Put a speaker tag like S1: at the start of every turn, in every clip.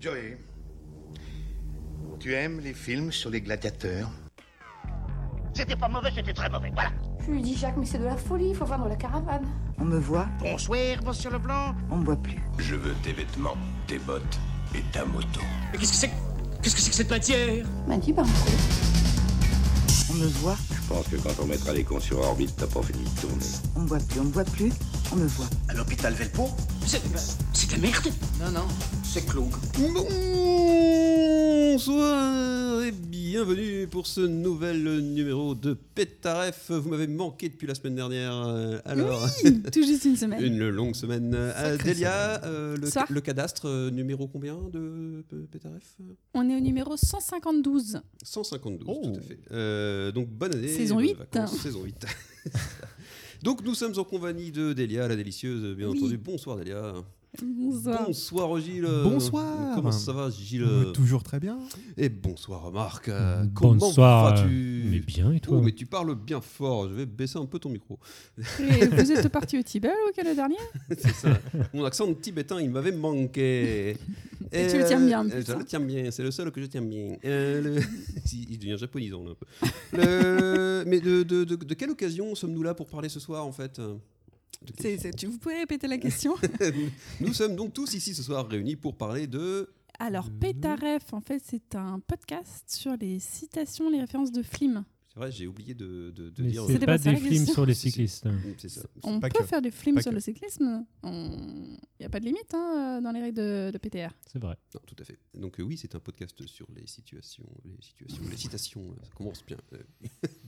S1: Joey, tu aimes les films sur les gladiateurs
S2: C'était pas mauvais, c'était très mauvais. Voilà.
S3: Je lui dis, Jacques, mais c'est de la folie, il faut vendre la caravane.
S4: On me voit,
S2: Bonsoir, monsieur Leblanc.
S4: on me voit plus.
S5: Je veux tes vêtements, tes bottes et ta moto.
S6: Mais qu'est-ce que c'est que- Qu'est-ce que c'est que cette matière
S3: Il m'a dit, ben, c'est-
S4: On me voit,
S5: Je pense que quand on mettra les cons sur orbite, t'as pas fini de tourner.
S4: on me voit plus, on me voit plus, on me voit.
S7: À l'hôpital Velpo
S6: C'est ben, c'est de la merde Non, non, c'est Cloug.
S8: Bonsoir et bienvenue pour ce nouvel numéro de Pétaref. Vous m'avez manqué depuis la semaine dernière. euh, Alors,
S9: Oui, tout juste une semaine.
S8: une longue semaine. Euh,
S9: Sacrée
S8: Delia, euh, le,
S9: Ça
S8: le cadastre, euh, numéro combien de P- Pétaref
S9: On est au numéro 152.
S8: 152, tout à fait. Euh, donc bonne année.
S9: Saison
S8: bonnes
S9: 8.
S8: vacances, saison 8. donc nous sommes en compagnie de Delia, la délicieuse, bien
S9: Oui.
S8: entendu. Bonsoir Delia.
S9: Bonsoir.
S8: Bonsoir Gilles.
S10: Bonsoir.
S8: Comment ça va Gilles
S10: Euh, Toujours très bien.
S8: Et bonsoir Marc. Euh, Comment
S10: Bonsoir,
S8: vas-tu
S10: mais bien, et toi
S8: Oh, mais tu parles bien fort, je vais baisser un peu ton micro.
S9: Et vous êtes parti au Tibet le week-end dernier
S8: C'est ça. Mon accent tibétain, il m'avait manqué.
S9: Et tu le tiens bien, en
S8: euh,
S9: plus,
S8: Je
S9: hein.
S8: le tiens bien, c'est le seul que je tiens bien. Euh, le- il il devient japonisant là, un peu. Le- Mais de, de- de- de quelle occasion sommes-nous là pour parler ce soir en fait euh, De quelle-
S9: C'est- c'est- tu- Vous pouvez répéter la question
S8: Nous sommes donc tous ici ce soir réunis pour parler de.
S9: Alors, Pétaref, en fait, c'est un podcast sur les citations, les références de films.
S8: C'est vrai, j'ai oublié de, de, de
S10: Mais
S8: dire.
S10: c'est
S9: C'était
S10: pas
S9: pas ça
S10: des
S9: la
S10: films
S9: question.
S10: sur les
S8: Si, si.
S10: cyclistes.
S11: hein.
S8: C'est ça.
S9: On
S10: pas
S9: peut
S10: que.
S9: faire des films
S10: Pas
S9: sur
S10: que.
S9: le cyclisme. Il n'y a pas de limite hein, euh, dans les règles de, de PTR.
S10: C'est vrai.
S8: Non, tout à fait. Donc euh, oui, c'est un podcast sur les situations, les situations, les citations. euh, Ça commence bien. euh,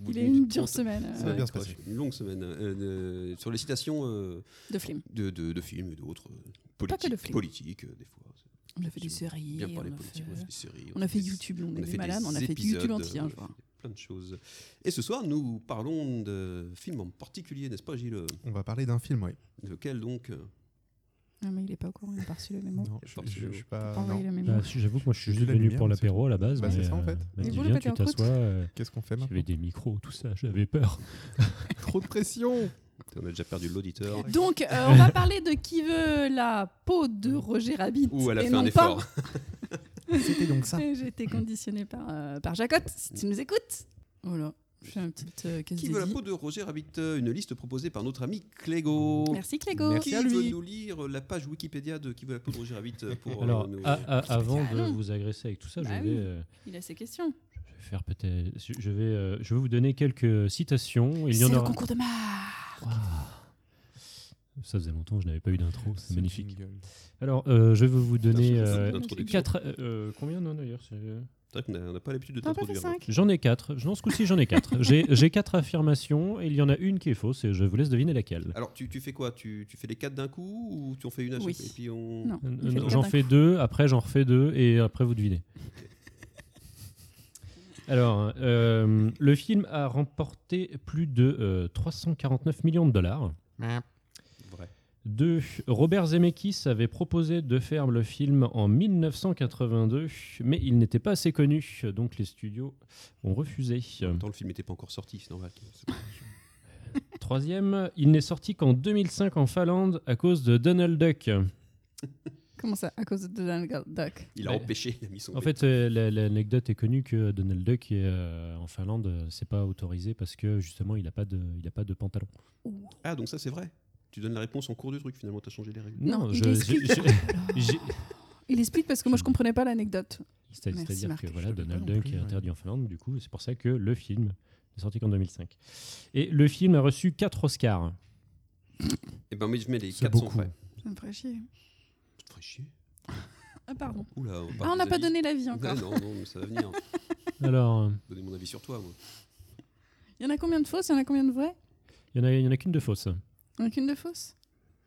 S8: au bout
S9: Il a
S8: d'une
S9: eu une
S8: minute
S9: dure
S8: trente,
S9: semaine euh,
S10: Ça va bien se
S8: Ouais,
S10: passer.
S8: Une longue semaine euh, euh, sur les citations euh,
S9: de films.
S8: de, de- de films et d'autres euh,
S9: Pas que de
S8: politiques,
S9: films.
S8: politiques euh, des fois.
S9: On a
S8: Bien
S9: fait des
S8: sûr.
S9: séries,
S8: Bien
S9: on
S8: parler
S9: a
S8: politique, on a fait
S9: fait, euh,
S8: des séries,
S9: on a fait
S8: des-
S9: YouTube, on,
S8: on a
S9: est
S8: fait
S9: malade,
S8: des
S9: on a fait
S8: épisodes,
S9: YouTube entier. hein,
S8: euh,
S9: je crois.
S8: plein de choses. Et ce soir, nous parlons de films en particulier, n'est-ce pas, Gilles
S10: On va parler d'un film, oui.
S8: Lequel donc euh,
S9: Ah, mais il n'est pas au courant, il n'a pas reçu le mémo.
S10: Non, je,
S8: Parce
S10: je-
S8: que-
S10: je suis pas.
S9: Pas envoyé
S10: non.
S9: le mémo.
S11: Bah, si, J'avoue que moi je suis
S10: Juste
S11: juste
S10: la
S11: venu
S10: lumière,
S11: pour
S10: mais c'est
S11: l'apéro à la base.
S10: Bah,
S11: mais,
S10: c'est ça, en
S11: euh,
S10: fait.
S11: m'a
S9: Et
S11: dit,
S9: vous, le
S11: viens,
S9: pâté
S11: tu
S9: en croûte
S11: t'assois. euh,
S10: Qu'est-ce qu'on fait maintenant
S11: J'avais des micros, tout ça, j'avais peur.
S10: Trop de pression.
S8: On a déjà perdu l'auditeur.
S9: Donc, euh, on va parler de qui veut la peau de Roger Rabbit.
S8: Ou elle a
S9: et
S8: fait un
S9: non
S8: effort.
S10: C'était donc ça.
S9: pas- J'ai été conditionnée par, euh, par Jacotte, si tu nous écoutes. Voilà, je fais une petite euh, caisse
S8: Qui veut la
S9: dédiée.
S8: peau de Roger Rabbit euh, Une liste proposée par notre ami Clégo.
S9: Merci Clégo.
S8: Qui veut nous lire la page Wikipédia de Qui veut la peau de Roger Rabbit euh,
S10: Oh,
S8: pour euh,
S11: Alors, ah.
S8: nous-
S11: à- à- avant de
S9: long.
S11: vous agresser avec tout ça, je
S9: Bah
S11: vais,
S9: oui.
S11: euh,
S9: Il a ses questions.
S11: je vais faire peut-être. Je je vais, euh, je vais vous donner quelques citations. Il y
S9: C'est
S11: en
S9: le
S11: aura.
S9: concours de marre.
S11: Waouh. Ça faisait longtemps que je n'avais pas eu d'intro, c'est magnifique. Alors, euh, je vais vous donner
S8: Putain, c'est
S11: euh,
S8: une introduction.
S11: quatre. euh, euh, combien non d'ailleurs c'est- euh,
S8: C'est vrai qu'on a- on n'a pas l'habitude de
S9: T'en as pas fait
S8: t'introduire. hein.
S9: 5
S11: J'en ai quatre. Non, ce coup-ci, j'en ai quatre. J'ai j'ai quatre affirmations et il y en a une qui est fausse et je vous laisse deviner laquelle.
S9: Ah,
S8: Alors, tu, tu fais quoi tu, tu fais les quatre d'un coup ou tu en fais une à
S9: Oui.
S8: chaque- et puis on...
S9: Non.
S11: Euh,
S9: il fait
S11: non,
S9: le
S11: J'en
S9: quatre
S11: fais deux, après j'en refais deux, et après vous devinez. Alors, euh, le film a remporté plus de euh, 349 millions de dollars.
S8: Vrai.
S11: Deux, Robert Zemeckis avait proposé de faire le film en 1982, mais il n'était pas assez connu, donc les studios ont refusé.
S8: En même temps, le film n'était pas encore sorti, c'est normal.
S11: Troisième, il n'est sorti qu'en 2005 en Finlande à cause de Donald Duck.
S9: Comment ça À cause de Donald Duck.
S8: Il a
S11: Ouais.
S8: empêché, il a mis son.
S11: En fait, euh, la- l'anecdote est connue que Donald Duck est, euh, en Finlande, euh, c'est pas autorisé parce que justement, il a pas de, il a pas de pantalon.
S8: Ah, donc ça, c'est vrai. Tu donnes la réponse en cours du truc, finalement, t'as changé les règles.
S9: Non, il
S11: je-
S9: explique.
S11: je- je- j'ai-
S9: Il explique parce que moi je comprenais pas l'anecdote.
S11: c'est-
S9: Merci,
S11: C'est-à-dire
S9: Marc,
S11: que
S9: je
S11: voilà,
S10: savais pas
S11: Donald
S10: non
S11: Duck
S10: plus,
S11: est
S10: ouais.
S11: interdit en Finlande, du coup, c'est pour ça que le film n'est sorti qu'en 2005. Et le film a reçu 4 Oscars.
S8: Eh ben, mais je mets les
S10: C'est
S8: 400
S10: beaucoup.
S8: frais.
S9: Ça me ferait chier.
S8: Ça te ferait chier.
S9: Ah pardon.
S8: Oula, on
S9: Ah, on n'a pas donné l'avis
S8: Ah,
S9: encore.
S8: non, non, mais ça va venir.
S11: Alors, euh,
S8: Donner mon avis sur toi, moi.
S9: Il y en a combien de fausses Il y en a combien de vraies
S11: il y en a, il y en a qu'une de fausse.
S9: Il y en a qu'une de fausse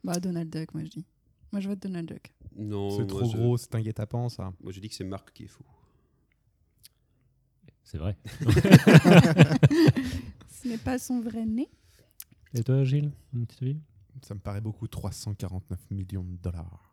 S9: Bah Donald Duck, moi je dis. Moi je vote Donald Duck.
S11: Oh,
S8: Non,
S10: C'est
S8: moi,
S10: trop
S8: je-
S10: gros, c'est un guet-apens, ça.
S8: Moi, je dis que c'est Marc qui est fou.
S11: C'est vrai.
S9: Ce n'est pas son vrai nez.
S11: Et toi, Gilles, un petit avis
S10: Ça me paraît beaucoup, 349 millions de dollars.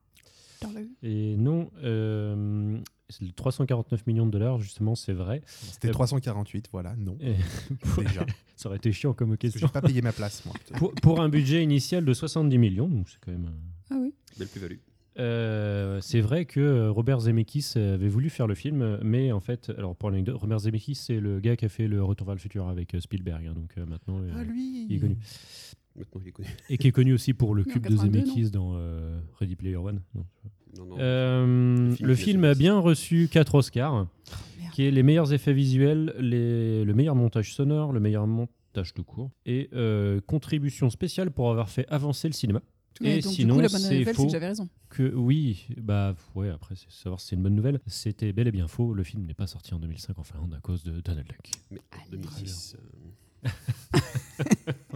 S9: Dans le-
S11: Et non, euh, c'est le 349 millions de dollars, justement, c'est vrai.
S10: C'était
S11: Euh,
S10: 348, voilà, non.
S11: Et-
S10: Déjà.
S11: ça aurait été chiant comme
S10: Parce que j'ai
S11: question.
S10: pas payé ma place, moi.
S11: pour, pour un budget initial de 70 millions, donc c'est quand même.
S9: Ah oui.
S8: Belle plus-value.
S11: Euh, c'est vrai que Robert Zemeckis avait voulu faire le film, mais en fait, alors pour l'anecdote, Robert Zemeckis, c'est le gars qui a fait le Retour vers le futur avec euh, Spielberg, hein, donc euh, maintenant, euh,
S10: Ah, lui
S11: il est connu.
S8: Maintenant, il est connu.
S11: Et qui est connu aussi pour le
S9: Mais en
S11: cube de
S9: 82,
S11: Zemeckis dans euh, Ready Player One. non.
S8: Non, non.
S11: Euh,
S8: Le film
S11: le film,
S8: qui a
S11: a
S8: fait
S11: bien reçu 4 Oscars,
S9: Oh, merde.
S11: qui est les meilleurs effets visuels, les- le meilleur montage sonore, le meilleur montage tout court, et euh, contribution spéciale pour avoir fait avancer le cinéma. Et
S9: donc,
S11: sinon,
S9: du coup, la bonne
S11: c'est
S9: nouvelle, c'est
S11: faux.
S9: que j'avais raison.
S11: Que oui, bah ouais, après, c'est savoir si c'est une bonne nouvelle. C'était bel et bien faux, le film n'est pas sorti en 2005 en Finlande à cause de Donald Duck.
S8: Mais, 2006. euh,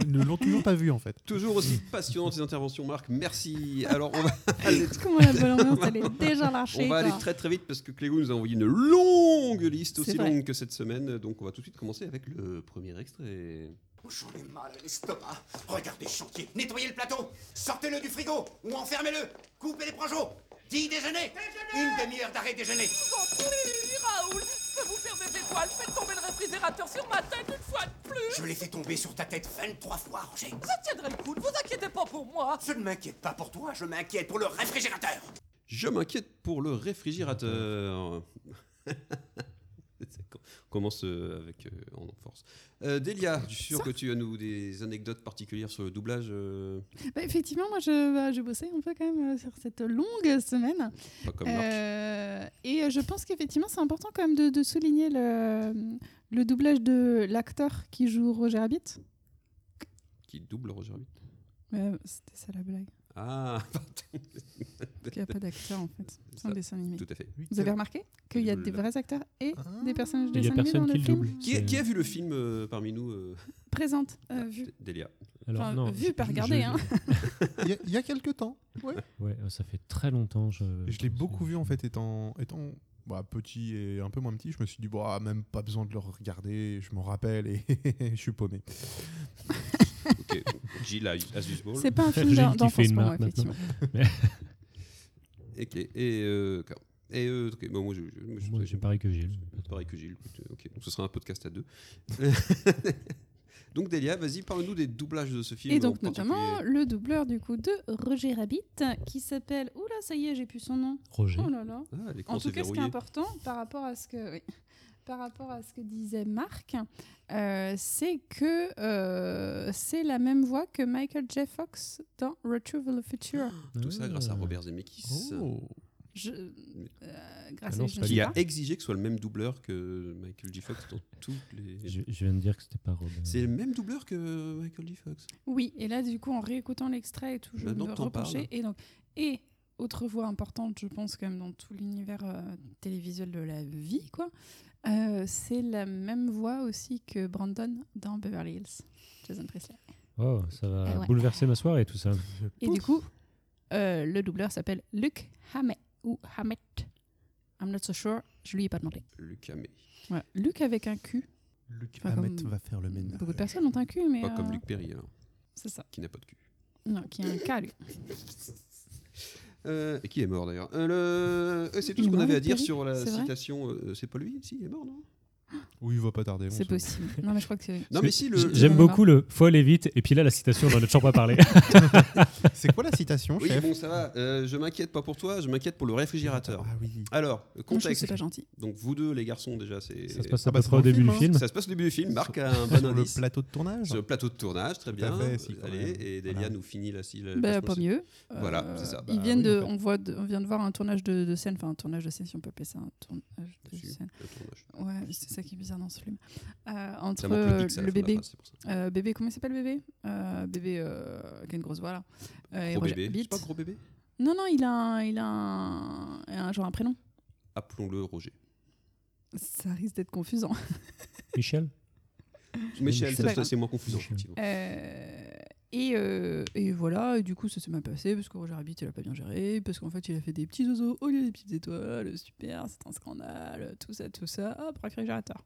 S10: Ils ne l'ont toujours pas vu en fait.
S8: Toujours aussi passionnantes ces interventions, Marc. Merci. Alors, on va aller,
S9: Comment la bonne ambiance, elle est déjà lâchée.
S8: on va
S9: quoi.
S8: aller très très vite parce que Clégo nous a envoyé une longue liste, aussi
S9: C'est vrai.
S8: longue que cette semaine. Donc, on va tout de suite commencer avec le premier extrait.
S6: Oh, J'en ai mal à l'estomac. Regardez ce chantier. Nettoyez le plateau. Sortez-le du frigo ou enfermez-le. Coupez les projets. Dis déjeuner. Une demi-heure d'arrêt déjeuner. Je l'ai fait tomber sur ta tête 23 fois, Roger. Ça tiendrait le coup. Ne vous inquiétez pas pour moi. Je ne m'inquiète pas pour toi. Je m'inquiète pour le réfrigérateur.
S8: Je m'inquiète pour le réfrigérateur. Ça com- commence euh, avec euh, en force. Euh, Delia, je suis sûr que tu as nous des anecdotes particulières sur le doublage. euh,
S9: Bah, effectivement, moi, je, bah, je bossais un peu quand même euh, sur cette longue semaine.
S8: pas comme Marc.
S9: Euh, et euh, je pense qu'effectivement, c'est important quand même de, de souligner le, le doublage de l'acteur qui joue Roger Rabbit.
S8: qui double Roger Rabbit.
S9: Euh, C'était ça la blague.
S8: Ah, pardon.
S9: Il n'y a pas d'acteur en fait. C'est un
S8: Ça,
S9: dessin animé.
S8: Tout à fait.
S9: Vous avez remarqué qu'il y a des
S8: Double.
S9: vrais acteurs et
S8: Ah.
S9: des personnages de
S11: Il n'y a
S9: dessin animé dans
S11: personne
S9: le
S11: qui le
S9: film
S11: double.
S8: Qui, a-
S11: C'est-
S8: qui a vu le film euh, parmi nous euh, ah,
S9: Présente, euh, vue.
S8: Delia.
S11: Alors,
S9: Enfin,
S11: non,
S9: vu, pas
S11: je-
S9: regardé,
S11: je-
S9: hein.
S10: Il y a, il y a quelques temps.
S11: Ouais, euh, ça fait très longtemps. Je,
S10: Je l'ai beaucoup vu en fait étant, étant bah, petit et un peu moins petit. Je me suis dit, bah, même pas besoin de le regarder, je m'en rappelle et je suis paumé.
S8: Ok. Jill a as usual.
S9: C'est pas un film
S11: J'ai
S9: d'en-
S11: une qui fait
S9: d'enfance
S11: une
S9: pour moi,
S11: marque maintenant.
S9: effectivement.
S8: Ok. Et euh, d'accord. et euh, ok. Bon, moi, je, je- moi, je-
S11: Moi, j'ai pareil que Gilles.
S8: Pareil que Gilles. écoute, euh, Ok. Donc ce sera un podcast à deux. Donc Delia, vas-y, parle-nous des doublages de ce film.
S9: Et
S8: en
S9: donc
S8: particulier. Ah,
S9: notamment le doubleur du coup de Roger Rabbit qui s'appelle... Oula, ça y est, j'ai plus son nom.
S11: Roger.
S9: Oh là là.
S8: Ah, l'écran
S9: En
S8: s'est
S9: tout cas, ce qui est
S8: verrouillé.
S9: important par rapport à ce que, oui, par rapport à ce que disait Marc, euh, c'est que euh, c'est la même voix que Michael J. Fox dans Return to the Future.
S8: Tout ça grâce à
S11: Ah.
S8: Robert Zemeckis, hein,
S10: Oh.
S9: Je, euh, grâce
S11: Ah non,
S9: à
S11: c'est
S9: je
S11: pas
S9: ne
S8: qui
S9: sais
S8: a
S9: pas.
S8: exigé que ce soit le même doubleur que Michael J. Fox dans toutes les.
S11: Je, je viens de dire que c'était pas Robert.
S8: C'est le même doubleur que Michael J. Fox.
S9: Oui, et là, du coup, en réécoutant l'extrait et tout, je
S8: Maintenant
S9: me
S8: que t'en parles.
S9: repenchais. Et donc, et autre voix importante, je pense, quand même, dans tout l'univers euh, télévisuel de la vie, quoi, euh, c'est la même voix aussi que Brandon dans Beverly Hills, Jason Priestley.
S11: Oh, ça va
S9: Euh, ouais.
S11: bouleverser ma soirée tout ça.
S9: Et du coup, euh, le doubleur s'appelle Luc Hamet ou Hamet. I'm not so sure, je lui ai pas demandé.
S8: Luc Hamet.
S9: Voilà. Luc avec un cul.
S10: Luc
S9: Enfin, Hamet comme va
S10: faire le ménage.
S9: Beaucoup de personnes ont un cul, mais
S8: Pas
S9: euh,
S8: comme Luc Perry, alors,
S9: c'est ça.
S8: qui n'a pas de cul.
S9: Non, qui a un cas, lui.
S8: Euh, et qui est mort d'ailleurs. Euh, le- euh, c'est tout
S9: Il
S8: ce
S9: est
S8: qu'on
S9: mort,
S8: avait à
S9: Luc
S8: dire
S9: Perry
S8: sur la
S9: C'est vrai
S8: citation. euh, c'est pas lui Si, il est mort, non
S10: Oui, il va pas tarder. on
S9: C'est
S10: s'en-
S9: possible. Non, mais je crois que c'est...
S8: Non, mais si, le.
S9: J'ai-
S11: J'aime
S9: J'en ai
S11: beaucoup le folle et vite, et puis là, la citation dans notre chambre à parler.
S10: C'est quoi la citation,
S8: Oui,
S10: chef
S8: bon, ça va. Euh, je m'inquiète pas pour toi, je m'inquiète pour le réfrigérateur.
S10: Ah oui.
S8: Alors, le
S9: Moi, je trouve que
S8: contexte.
S9: c'est pas gentil.
S8: Donc, vous deux, les garçons, déjà, c'est.
S11: ça se passe
S10: Ah
S11: à
S10: bah,
S11: peu
S10: c'est
S11: près au
S10: un
S11: début
S10: film,
S11: du
S10: hein.
S11: film.
S8: Ça se passe au début du film. Marc a un bon
S10: Sur le
S8: indice.
S10: plateau de tournage
S8: Sur le plateau de tournage, très
S10: Tout à
S8: bien.
S10: fait, si,
S8: Euh,
S10: quand
S8: allez,
S10: même.
S8: et Delia
S10: Voilà.
S8: nous finit la si la- la
S9: Bah, pas
S8: prononciation.
S9: mieux.
S8: euh,
S9: Euh,
S8: Voilà, c'est ça.
S9: ils
S8: Bah,
S9: viennent
S10: oui,
S9: de,
S10: en fait.
S9: on, voit de- on vient de voir un tournage de, de scène, enfin un tournage de scène, si on peut appeler ça un tournage de
S8: Dessus,
S9: scène.
S8: le tournage.
S9: Ouais, c'est ça qui est bizarre dans ce film. Euh, entre
S8: Ça manque le
S9: euh,
S8: X à la
S9: le
S8: fin de la
S9: bébé
S8: phrase, c'est pour ça.
S9: Euh, bébé, comment il s'appelle bébé Euh, Bébé euh, qui a une grosse voix là. Euh, et
S8: Gros
S9: Roger
S8: bébé.
S9: Rabbit.
S8: C'est pas gros bébé
S9: Non, non, il a un, il a un, un- genre un prénom.
S8: Appelons-le Roger.
S9: Ça risque d'être confusant.
S11: Michel
S8: Michel,
S9: c'est
S8: ça,
S9: pas
S8: ça,
S9: grave.
S8: c'est moins confusant,
S11: Michel.
S8: effectivement.
S9: Euh, et, euh, et voilà, et du coup ça s'est mal passé parce que Roger Rabbit il a pas bien géré, parce qu'en fait il a fait des petits oiseaux au lieu des petites étoiles, super, c'est un scandale, tout ça, tout ça, hop, réfrigérateur.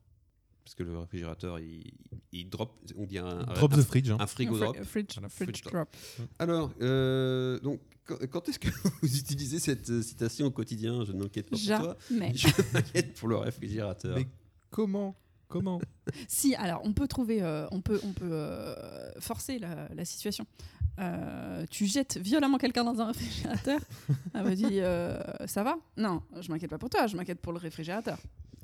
S8: Parce que le réfrigérateur, il, il drop, on dit un,
S10: Drop
S8: un,
S10: the fridge. hein.
S8: un frigo
S9: Fri-
S8: drop.
S9: Fridge,
S10: Voilà,
S9: fridge
S8: fridge drop.
S9: drop.
S8: Alors, euh, donc, quand, quand est-ce que vous utilisez cette euh, citation au quotidien Je n'inquiète pas pour toi.
S9: Jamais.
S8: Je m'inquiète pour le réfrigérateur.
S10: Mais comment Comment
S9: Si, alors on peut trouver, euh, on peut, on peut euh, forcer la, la situation. euh, tu jettes violemment quelqu'un dans un réfrigérateur. Elle me dit euh, Ça va Non, je m'inquiète pas pour toi, je m'inquiète pour le réfrigérateur.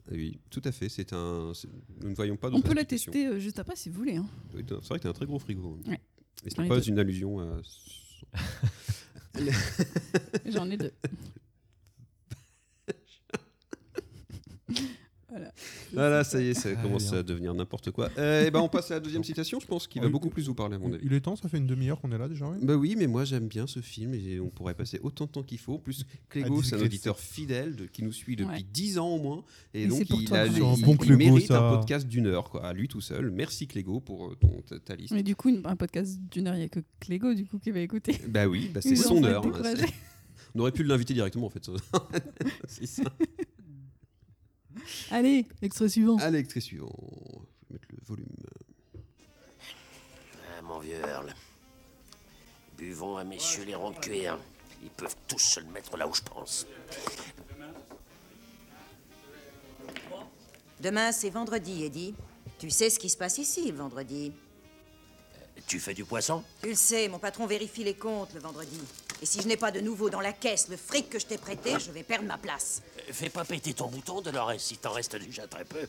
S8: Ah Oui, tout à fait. C'est un. c'est- Nous ne voyons pas.
S9: On
S8: d'autres
S9: peut la
S8: explications.
S9: tester euh, juste après si vous voulez. hein.
S8: Oui, t'as- C'est vrai que t'as un très gros frigo.
S9: Ouais.
S8: Et ce
S9: J'en
S8: n'est
S9: ai
S8: pas
S9: deux.
S8: une allusion à.
S9: J'en ai deux. voilà.
S8: Voilà, ça y est, ça
S10: Ah,
S8: commence
S10: bien.
S8: à devenir n'importe quoi. Euh, Eh ben, on passe à la deuxième citation. Je pense qu'il va
S10: Oui.
S8: beaucoup plus vous parler, à mon avis.
S10: Il est temps, ça fait une demi-heure qu'on est là déjà. ouais.
S8: Bah oui, mais moi j'aime bien ce film et on pourrait passer autant de temps qu'il faut. Plus Clégo, c'est un
S10: discuter.
S8: auditeur fidèle de- qui nous suit depuis
S9: Ouais.
S8: 10 ans au moins. Et,
S9: Et
S8: donc
S9: c'est pour
S8: il,
S9: toi,
S8: a-
S9: Vincent.
S8: il-
S9: C'est un
S8: il
S10: bon Clégo,
S8: mérite
S10: ça.
S8: un podcast d'une heure, quoi, à lui tout seul. Merci Clégo pour euh, ton, ta, ta liste.
S9: Mais du coup, une- un podcast d'une heure, il n'y a que Clégo du coup qui va écouter.
S8: Bah oui, bah, c'est
S9: Ils en
S8: son
S9: sont
S8: heure. hein,
S9: découragés.
S8: c'est- on aurait pu l'inviter directement en fait. c'est ça.
S9: Allez, extrait suivant.
S8: Allez, très suivant. Je vais mettre le volume.
S2: Ah, mon vieux Earl. Buvons à messieurs les ronds de cuir. Ils peuvent tous se le mettre là où je pense.
S7: Demain, c'est vendredi, Eddie. Tu sais ce qui se passe ici le vendredi.
S2: Tu fais du poisson
S7: Tu le sais, mon patron vérifie les comptes le vendredi. Et si je n'ai pas de nouveau dans la caisse le fric que je t'ai prêté, je vais perdre ma place.
S2: Euh, Fais pas péter ton bouton, Dolores, si t'en restes déjà très peu.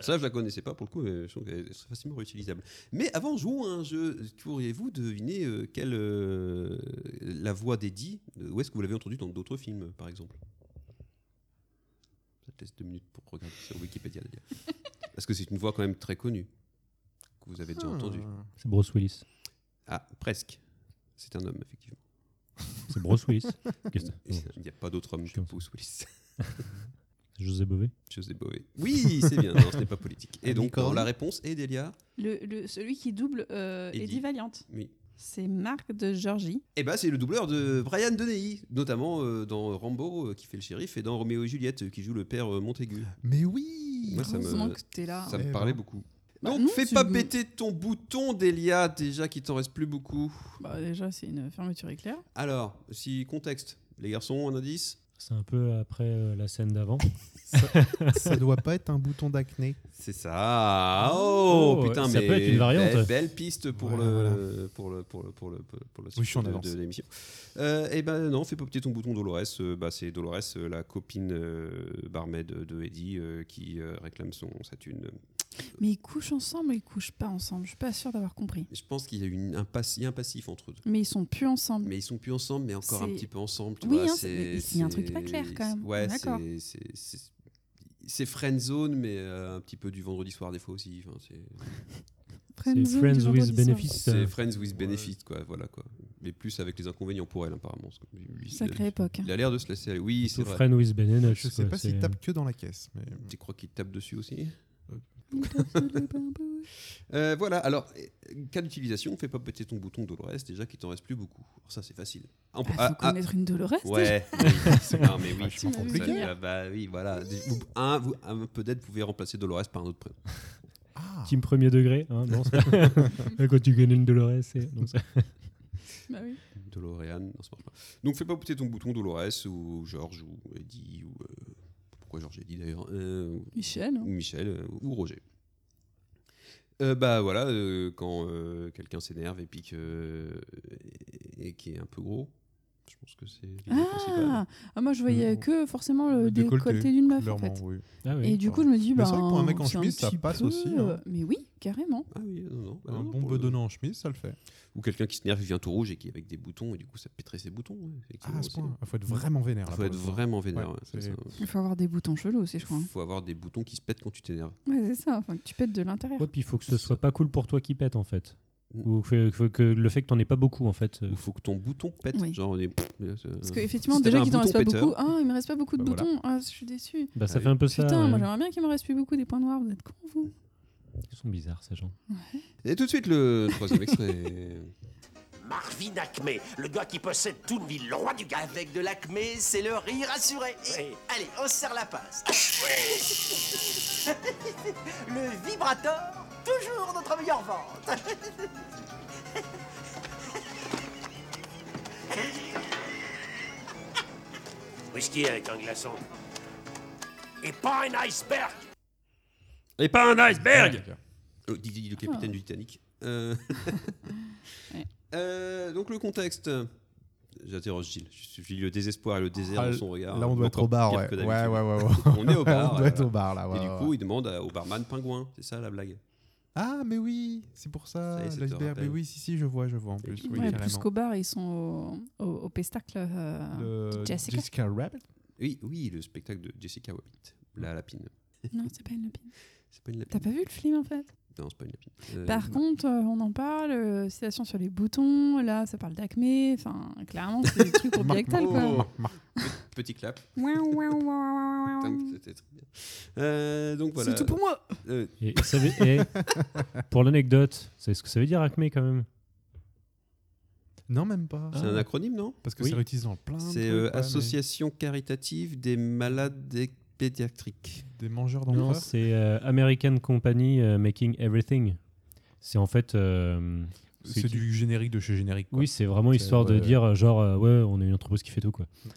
S8: Ça, je la connaissais pas pour le coup, mais je trouve qu'elle serait facilement réutilisable. Mais avant, jouons à un jeu. Pourriez-vous deviner euh, quelle euh, la voix d'Eddie euh, Où est-ce que vous l'avez entendue dans d'autres films, par exemple Ça te laisse deux minutes pour regarder sur Wikipédia d'ailleurs. Parce que c'est une voix quand même très connue que vous avez déjà entendue.
S10: Ah.
S11: C'est Bruce Willis.
S8: Ah, presque. C'est un homme, effectivement.
S11: C'est Bruce Willis. Qu'est-ce que-
S8: Et
S11: bon,
S8: Il n'y a pas d'autre homme que
S11: Chiant.
S8: Bruce Willis.
S11: c'est José Bové.
S8: José Bové. Oui, c'est bien. Non, ce n'est pas politique. Et donc,
S10: Unicorn.
S8: dans la réponse est Delia.
S9: Le, le- celui qui double euh,
S8: Eddie.
S9: Eddie. Valiant,
S8: Oui.
S9: c'est Marc de Georgie.
S8: Eh ben, c'est le doubleur de Brian Deney, notamment euh, dans Rambo euh, qui fait le shérif et dans Roméo et Juliette euh, qui joue le père euh, Montaigu.
S10: Mais oui
S8: Moi, ça me,
S9: Heureusement que t'es là.
S8: ça me
S10: Eh
S8: parlait
S10: ben.
S8: beaucoup.
S9: Ah. Bah,
S8: Donc
S9: non,
S8: fais
S9: tu-
S8: pas péter ton bouton, Delia, déjà qu'il t'en reste plus beaucoup.
S9: Bah, déjà, c'est une fermeture éclair.
S8: Alors, si contexte, les garçons, un indice
S11: C'est un peu après euh, la scène d'avant.
S10: Ça doit pas être un bouton d'acné.
S8: C'est ça. Oh,
S11: Oh,
S8: putain,
S11: ça
S8: mais
S11: peut être une variante.
S8: Belle, belle piste pour
S10: Voilà,
S8: le pour le pour le pour le pour le- pour la
S10: je suis en
S8: suite de-
S10: avance.
S8: de l'émission. Euh, eh ben non, fais pas péter ton bouton Dolores. Euh, bah c'est Dolores, euh, la copine euh, barmaid de Eddie euh, qui euh, réclame son sa thune.
S9: Mais ils couchent ensemble, ils couchent pas ensemble. Je suis pas sûre d'avoir compris.
S8: Je pense qu'il y a une un pass- il y a un passif entre eux. deux.
S9: Mais ils sont plus ensemble.
S8: Mais ils sont plus ensemble, mais encore un
S9: C'est-
S8: petit peu ensemble. Tu
S9: Oui,
S8: vois,
S9: hein, c'est- mais il y a un truc pas clair, quand même.
S8: Ouais,
S9: D'accord.
S8: c'est- c'est- c'est c'est friend zone, mais euh, un petit peu du vendredi soir des fois aussi. Enfin, c'est
S11: C'est
S9: Friendzone du
S11: Friends
S9: vendredi
S11: with
S9: soir.
S11: Benefits.
S8: C'est
S11: euh,
S8: Friends with Benefit, quoi, voilà quoi. Mais plus avec les inconvénients pour elle, hein, apparemment. parce que lui, il a-
S9: Sacrée époque. hein.
S8: Il a l'air de se laisser aller. Oui, c'est
S11: plutôt
S8: vrai.
S11: Friends with Benefits.
S10: Je sais
S11: quoi,
S10: pas
S11: c'est-
S10: s'il tape que dans la caisse. Mais...
S8: Tu crois qu'il te tape dessus aussi Euh, Voilà, alors, euh, cas d'utilisation, fais pas péter ton bouton Dolores, déjà qu'il t'en reste plus beaucoup. Alors ça, c'est facile. En-
S9: Bah,
S8: ah,
S9: faut
S8: ah,
S9: connaître une Dolores. déjà.
S8: Ouais, oui, c'est- non, mais oui,
S9: tu m'as
S8: ça,
S9: vu venir.
S8: ah, bah oui, voilà. Vous- un, vous- un peu d'aide, vous pouvez remplacer Dolores par un autre prénom.
S10: Ah
S11: Team premier degré. Hein, non, ça- Quand tu connais une Dolores. c'est- non, ça-
S9: Bah oui.
S8: Doloréane, non, ça marche pas. Donc fais pas péter ton bouton Dolores ou Georges ou Eddie ou. euh, pourquoi Georges et Eddie d'ailleurs Euh,
S9: Michel. hein.
S8: ou Michel euh, ou Roger. Euh, bah voilà, euh, quand euh, quelqu'un s'énerve et pique euh, et, et qui est un peu gros, je pense que c'est l'idée
S9: Ah,
S8: principale.
S9: ah, moi je voyais
S10: Le-
S9: que forcément le
S10: le décolleté,
S9: décolleté d'une meuf en
S10: Clairement,
S9: fait.
S10: oui.
S11: Ah oui.
S9: Et du coup, je me dis,
S10: Mais
S9: bah,
S10: c'est vrai que pour un mec en
S9: c'est
S10: chemise, ça
S9: petit
S10: passe
S9: peu,
S10: aussi, hein.
S9: Mais oui, carrément.
S8: Ah oui, non, non, bah
S10: Un
S8: non,
S10: bon
S8: pour le-
S10: bedonnant en chemise, ça le fait.
S8: Ou quelqu'un qui s'énerve, il vient tout rouge et qui est avec des boutons, et du coup ça pèterait ses boutons. ouais, effectivement,
S10: Ah, à ce
S8: aussi.
S10: point. Ah, Il faut être vraiment vénère. là,
S8: faut
S10: pour
S8: être
S10: le coup.
S8: vraiment vénère.
S10: Ouais,
S8: ouais,
S10: c'est-
S8: ça, ça.
S9: Il faut avoir des boutons chelous aussi, je crois. hein.
S8: faut avoir des boutons qui se pètent quand tu t'énerves.
S9: Ouais, c'est ça, enfin que tu pètes de l'intérieur.
S11: Ouais, puis il faut que ce soit pas cool pour toi qui pète en fait.
S8: Mm.
S11: Ou que, que- que le fait que t'en aies pas beaucoup en fait. euh,
S8: Il faut que ton bouton pète.
S9: Oui.
S8: Genre, on est-
S9: Parce
S10: euh,
S9: qu'effectivement,
S8: Si t'avais
S9: déjà
S8: un
S9: qu'il t'en reste pas
S8: bouton
S9: beaucoup. Ah, il me reste pas beaucoup de
S8: Bah, voilà.
S9: boutons. Ah, je suis déçu.
S11: Bah, ça
S8: Ah
S11: fait un peu ça.
S9: Putain, moi
S11: euh,
S9: j'aimerais bien qu'il me reste plus beaucoup des points noirs. Vous êtes cons, vous
S11: Ils sont bizarres ces gens.
S8: Et tout de suite, le troisième extrait.
S2: Marvin Acme, le gars qui possède Toonville, le roi du gaz.
S6: Avec de l'acmé, c'est le rire assuré. Et- Allez, on se serre la passe. le vibrateur, toujours notre meilleure vente.
S2: Whisky avec un glaçon. Et pas un iceberg
S8: Et pas un iceberg Euh, Le capitaine
S9: Ah.
S8: du Titanic. Euh, euh, donc le contexte. J'interroge Gilles. Je suis le désespoir et le désert
S10: Ah,
S8: dans son regard.
S10: là, on doit être
S8: Encore
S10: au bar,
S8: pire
S10: ouais.
S8: que d'habitude.
S10: Ouais, ouais, ouais, ouais.
S8: on est au bar.
S10: On doit être
S8: voilà.
S10: au bar, là, ouais,
S8: et du
S10: ouais,
S8: coup,
S10: ouais.
S8: il demande à- au barman pingouin. C'est ça la blague.
S10: Ah, mais oui, c'est pour ça,
S8: Ça y est, ça te
S10: l'iceberg. Mais
S8: rappelle.
S10: oui, si, si, je vois, je vois en plus. Oui,
S9: Ouais, plus
S10: carrément.
S9: qu'au bar, ils sont au, au- au pestacle euh,
S10: Le
S9: de Jessica.
S10: Rabbit
S8: Oui, oui, le spectacle de Jessica Rabbit. La lapine.
S9: Non, c'est pas une lapine.
S8: C'est pas une lapine.
S9: T'as pas vu le film en fait
S8: Non, c'est pas une lapine. Euh,
S9: Par contre, euh, on en parle, euh, citation sur les boutons, là ça parle d'acné, enfin clairement c'est des trucs pour
S8: Marc
S9: Biactal
S8: Moreau.
S9: quoi.
S8: Pe- Petit clap.
S9: Ouin, ouin, ouin, ouin, ouin,
S8: Putain,
S9: ouin.
S8: C'était très bien. Euh, donc voilà.
S9: C'est tout pour moi.
S8: Euh,
S11: Et, ça veut- et pour l'anecdote, c'est ce que ça veut dire acmé quand même.
S10: Non, même pas.
S8: C'est un acronyme, non
S10: Parce que
S8: Oui.
S10: c'est réutilisé dans plein de
S8: C'est
S10: trucs,
S8: euh,
S10: Ah. ouais, mais-
S8: Association caritative des malades et- pédiatriques.
S10: Des mangeurs
S11: Non,
S10: d'enfer.
S11: c'est euh, American Company euh, Making Everything. C'est en fait. euh,
S10: C'est du générique de chez générique. quoi.
S11: Oui, c'est vraiment histoire
S10: ouais.
S11: de dire euh, genre euh, ouais, on est une entreprise qui fait tout quoi.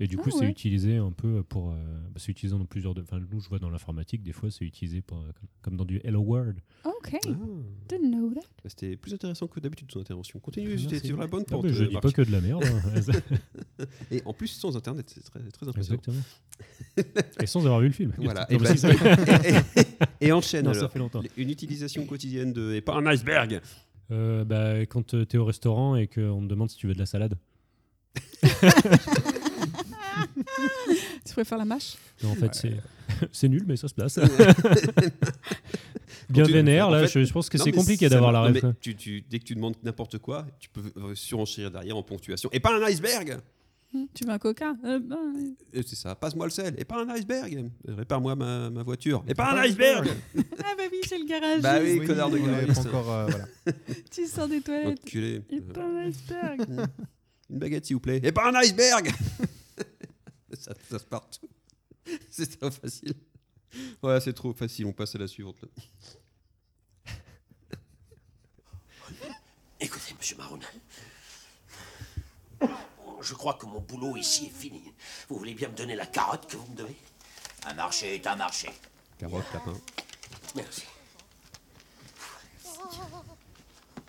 S11: Et du
S9: Ah
S11: coup, c'est
S9: ouais.
S11: utilisé un peu pour. euh, bah, c'est utilisé dans plusieurs. de- Enfin, nous, je vois dans l'informatique, des fois, c'est utilisé pour, euh, comme, comme dans du Hello World.
S9: Ok,
S8: Ah,
S9: didn't know that.
S8: bah, C'était plus intéressant que d'habitude ton intervention. Continue,
S11: Merci.
S8: c'était sur la bonne
S11: Ah,
S8: pente.
S11: mais je
S8: euh,
S11: dis
S8: Marc.
S11: pas que de la merde. hein.
S8: Et en plus sans internet, c'est très, très impressionnant.
S11: Exactement. Et sans avoir vu le film.
S8: Voilà.
S11: Non,
S8: Et,
S11: mais
S8: bah-
S11: c'est-
S8: et- et- et enchaîne.
S11: Non, ça
S8: alors.
S11: fait longtemps.
S8: Une utilisation quotidienne de et pas un iceberg.
S11: Euh, bah, quand euh, t'es au restaurant et qu'on te demande si tu veux de la salade.
S9: Tu préfères la mâche
S11: Non, en fait, c'est c'est nul, mais ça se place.
S8: Quand
S11: Bien
S8: tu-
S11: vénère,
S8: en
S11: là,
S8: fait-
S11: je, je pense que
S8: Non,
S11: c'est
S8: mais
S11: compliqué
S8: ça
S11: d'avoir la
S8: marche. Non,
S11: ref.
S8: mais tu- tu- dès que tu demandes n'importe quoi, tu peux euh, surenchérir derrière en ponctuation. Et pas un iceberg
S9: Hmm, Tu veux un coca Euh, ben,
S8: Et C'est ça, passe-moi le sel. Et pas un iceberg Euh, Répare-moi ma, ma voiture. Et pas un iceberg
S9: Ah bah oui, j'ai le garage.
S8: Bah oui,
S10: Oui,
S8: connard de
S10: on l'avait
S8: garagiste.
S10: pas encore, euh, voilà.
S9: Tu sors des toilettes.
S8: Enculé.
S9: Et pas un iceberg.
S8: Euh, Une baguette, s'il vous plaît. Et pas un iceberg ça, ça se partout. C'est trop facile. Ouais, c'est trop facile. On passe à la suivante. là.
S2: Écoutez, monsieur Maroon. Je crois que mon boulot ici est fini. Vous voulez bien me donner la carotte que vous me devez
S6: Un marché est un marché.
S8: Carotte, lapin.
S2: Merci.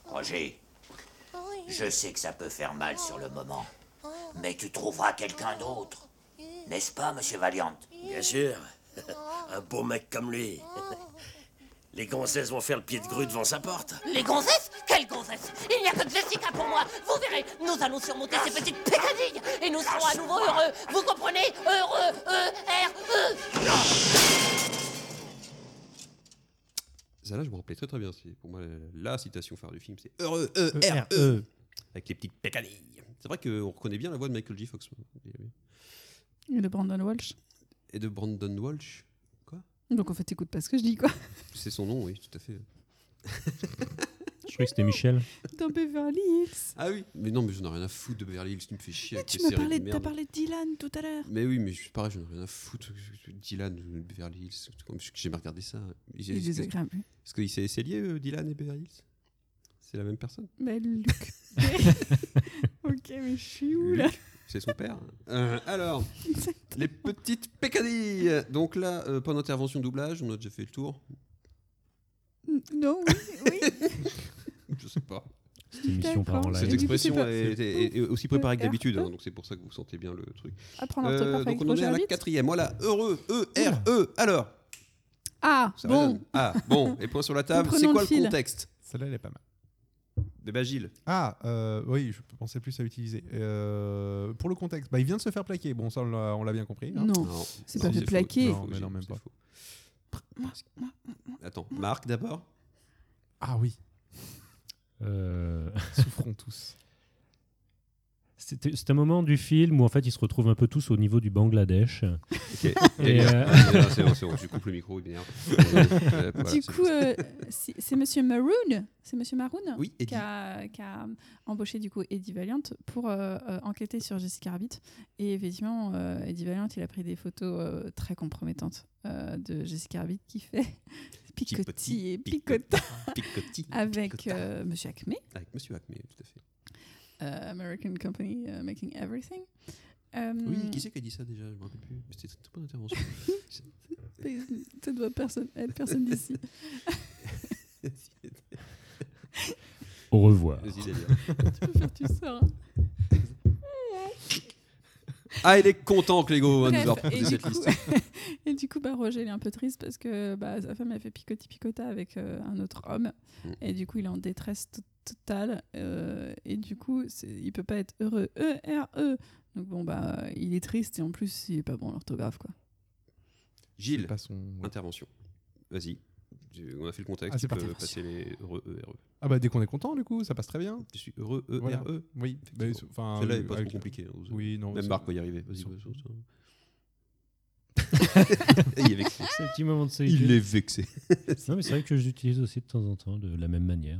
S6: Roger, je sais que ça peut faire mal sur le moment, mais tu trouveras quelqu'un d'autre. N'est-ce pas, monsieur Valiant
S2: Bien sûr. Un beau mec comme lui. Les gonzesses vont faire le pied de grue devant sa porte.
S12: Les gonzesses Quelles gonzesses Il n'y a que Jessica hein, pour moi Vous verrez, nous allons surmonter ces petites pécadilles et nous serons à nouveau heureux Vous comprenez Heureux E, R, E
S8: Ça, là, je me rappelais très très bien. C'est pour moi la, la citation phare du film. C'est heureux, E,
S10: E,
S8: R,
S10: R,
S8: E. Avec les petites pécadilles. C'est vrai qu'on reconnaît bien la voix de Michael J. Fox.
S9: Et de Brandon Walsh.
S8: Et de Brandon Walsh.
S9: Donc en fait, t'écoutes pas ce que je dis quoi.
S8: C'est son nom, oui, tout à fait.
S11: Je croyais que c'était Michel.
S9: Dans Beverly Hills.
S8: Ah oui Mais non, mais j'en ai rien à foutre de Beverly Hills, tu me fais chier avec
S9: Tu
S8: tes
S9: m'as
S8: séries de
S9: parlé, t'as
S8: merde.
S9: parlé de Dylan tout à l'heure.
S8: Mais oui, mais je suis pareil, j'en ai rien à foutre. Dylan, Beverly Hills, comme je- j'ai jamais regardé ça.
S9: Il est désagréable. lui.
S8: Est-ce qu'il s'est essayé, euh, Dylan et Beverly Hills C'est la même personne
S9: Mais Luc. ok, mais je suis où
S8: Luc,
S9: là
S8: C'est son père. Euh, alors, les petites pécadilles. Donc là, euh, pas d'intervention doublage, on a déjà fait le tour.
S9: Non, oui,
S8: Je sais pas.
S11: Cette émission part
S9: D'accord.
S11: en live.
S8: Cette
S9: Et du coup, c'est
S8: expression
S9: pas-
S8: Bah, est, est- est aussi préparée que
S9: E, R,
S8: d'habitude, hein,
S9: E.
S8: donc c'est pour ça que vous sentez bien le truc.
S9: Apprendre
S8: Euh,
S9: l'orthographe
S8: donc
S9: avec
S8: on en est
S9: Roger
S8: à la
S9: Rabbit.
S8: quatrième. Voilà, heureux, E, R, E. Alors,
S9: Ah,
S8: Ça
S9: bon,
S8: résonne. Ah, bon, et point sur la table. C'est
S9: Reprenons
S8: quoi
S9: le
S8: le,
S9: fil.
S8: contexte
S10: Celle-là, elle est pas mal.
S8: Eh ben, Gilles.
S10: Ah, euh, oui, je pensais plus à utiliser. Euh, pour le contexte, bah, il vient de se faire plaquer. Bon, ça, on l'a- on l'a bien compris. hein.
S9: non. c'est pas fait
S8: faux.
S9: plaquer.
S8: C'est
S10: Non,
S8: faux,
S10: mais
S8: Gilles,
S10: non, même
S8: c'est
S10: pas.
S8: faux. Parce- Attends, Marc d'abord
S10: Ah oui,
S11: Euh,
S10: souffrons tous.
S11: c'était- C'est un moment du film où en fait ils se retrouvent un peu tous au niveau du Bangladesh.
S8: Ok,
S11: Et,
S8: Daniel.
S11: euh,
S8: Daniel, c'est bon, c'est bon, je coupe le micro, il m'énerve. Euh, voilà,
S9: du
S8: c'est-
S9: coup, euh, c'est c'est Monsieur Maroon, c'est Monsieur Maroon
S8: Oui, Eddie.
S9: qui, a, qui a embauché du coup Eddie Valiant pour euh, euh, enquêter sur Jessica Rabbit. Et effectivement, euh, Eddie Valiant, il a pris des photos euh, très compromettantes euh, de Jessica Rabbit qui fait picotis et picota
S8: Picotis,
S9: avec
S8: picota.
S9: euh, Monsieur Acme.
S8: Avec Monsieur Acme, tout à fait.
S9: euh, American Company euh, Making Everything. Euh,
S8: Oui, qui c'est qui a dit ça déjà Je me rappelle plus. C'était une très bonne intervention.
S9: ça doit personne, être personne d'ici.
S11: Au revoir.
S9: tu peux faire, tu sors.
S8: Ah, il est content que Lego va nous
S9: Bref,
S8: avoir proposé
S9: et, du
S8: cette
S9: coup,
S8: liste.
S9: et du coup, bah, Roger, il est un peu triste parce que bah, sa femme a fait picotis picota avec euh, un autre homme.
S8: Mm.
S9: Et du coup, il est en détresse to- totale. euh, et du coup, c'est- il peut pas être heureux. E-R-E. Donc bon, bah, il est triste et en plus, il est pas bon en orthographe. Quoi.
S8: Gilles, intervention. Vas-y. Tu- On a fait le contexte.
S10: Ah, c'est
S8: tu
S10: parti.
S8: peux passer les heureux, heureux, heureux.
S10: Ah bah dès qu'on est content du coup, ça passe très bien.
S8: Je suis heureux, E,
S10: Voilà.
S8: R, E.
S10: Oui.
S8: Effectivement.
S10: Bah, c'est- enfin,
S8: Celle-là
S10: oui,
S8: n'est pas
S10: avec-
S8: trop compliquée. hein. Vous-
S10: Oui, non.
S8: Même
S10: ça-
S8: Marc peut y arriver. Vas-y,
S10: ça-
S8: vas-y, vas-y. Il est vexé.
S11: C'est un petit moment de solitude.
S8: Il est vexé.
S11: non, mais c'est vrai que je l'utilise aussi de temps en temps de la même manière.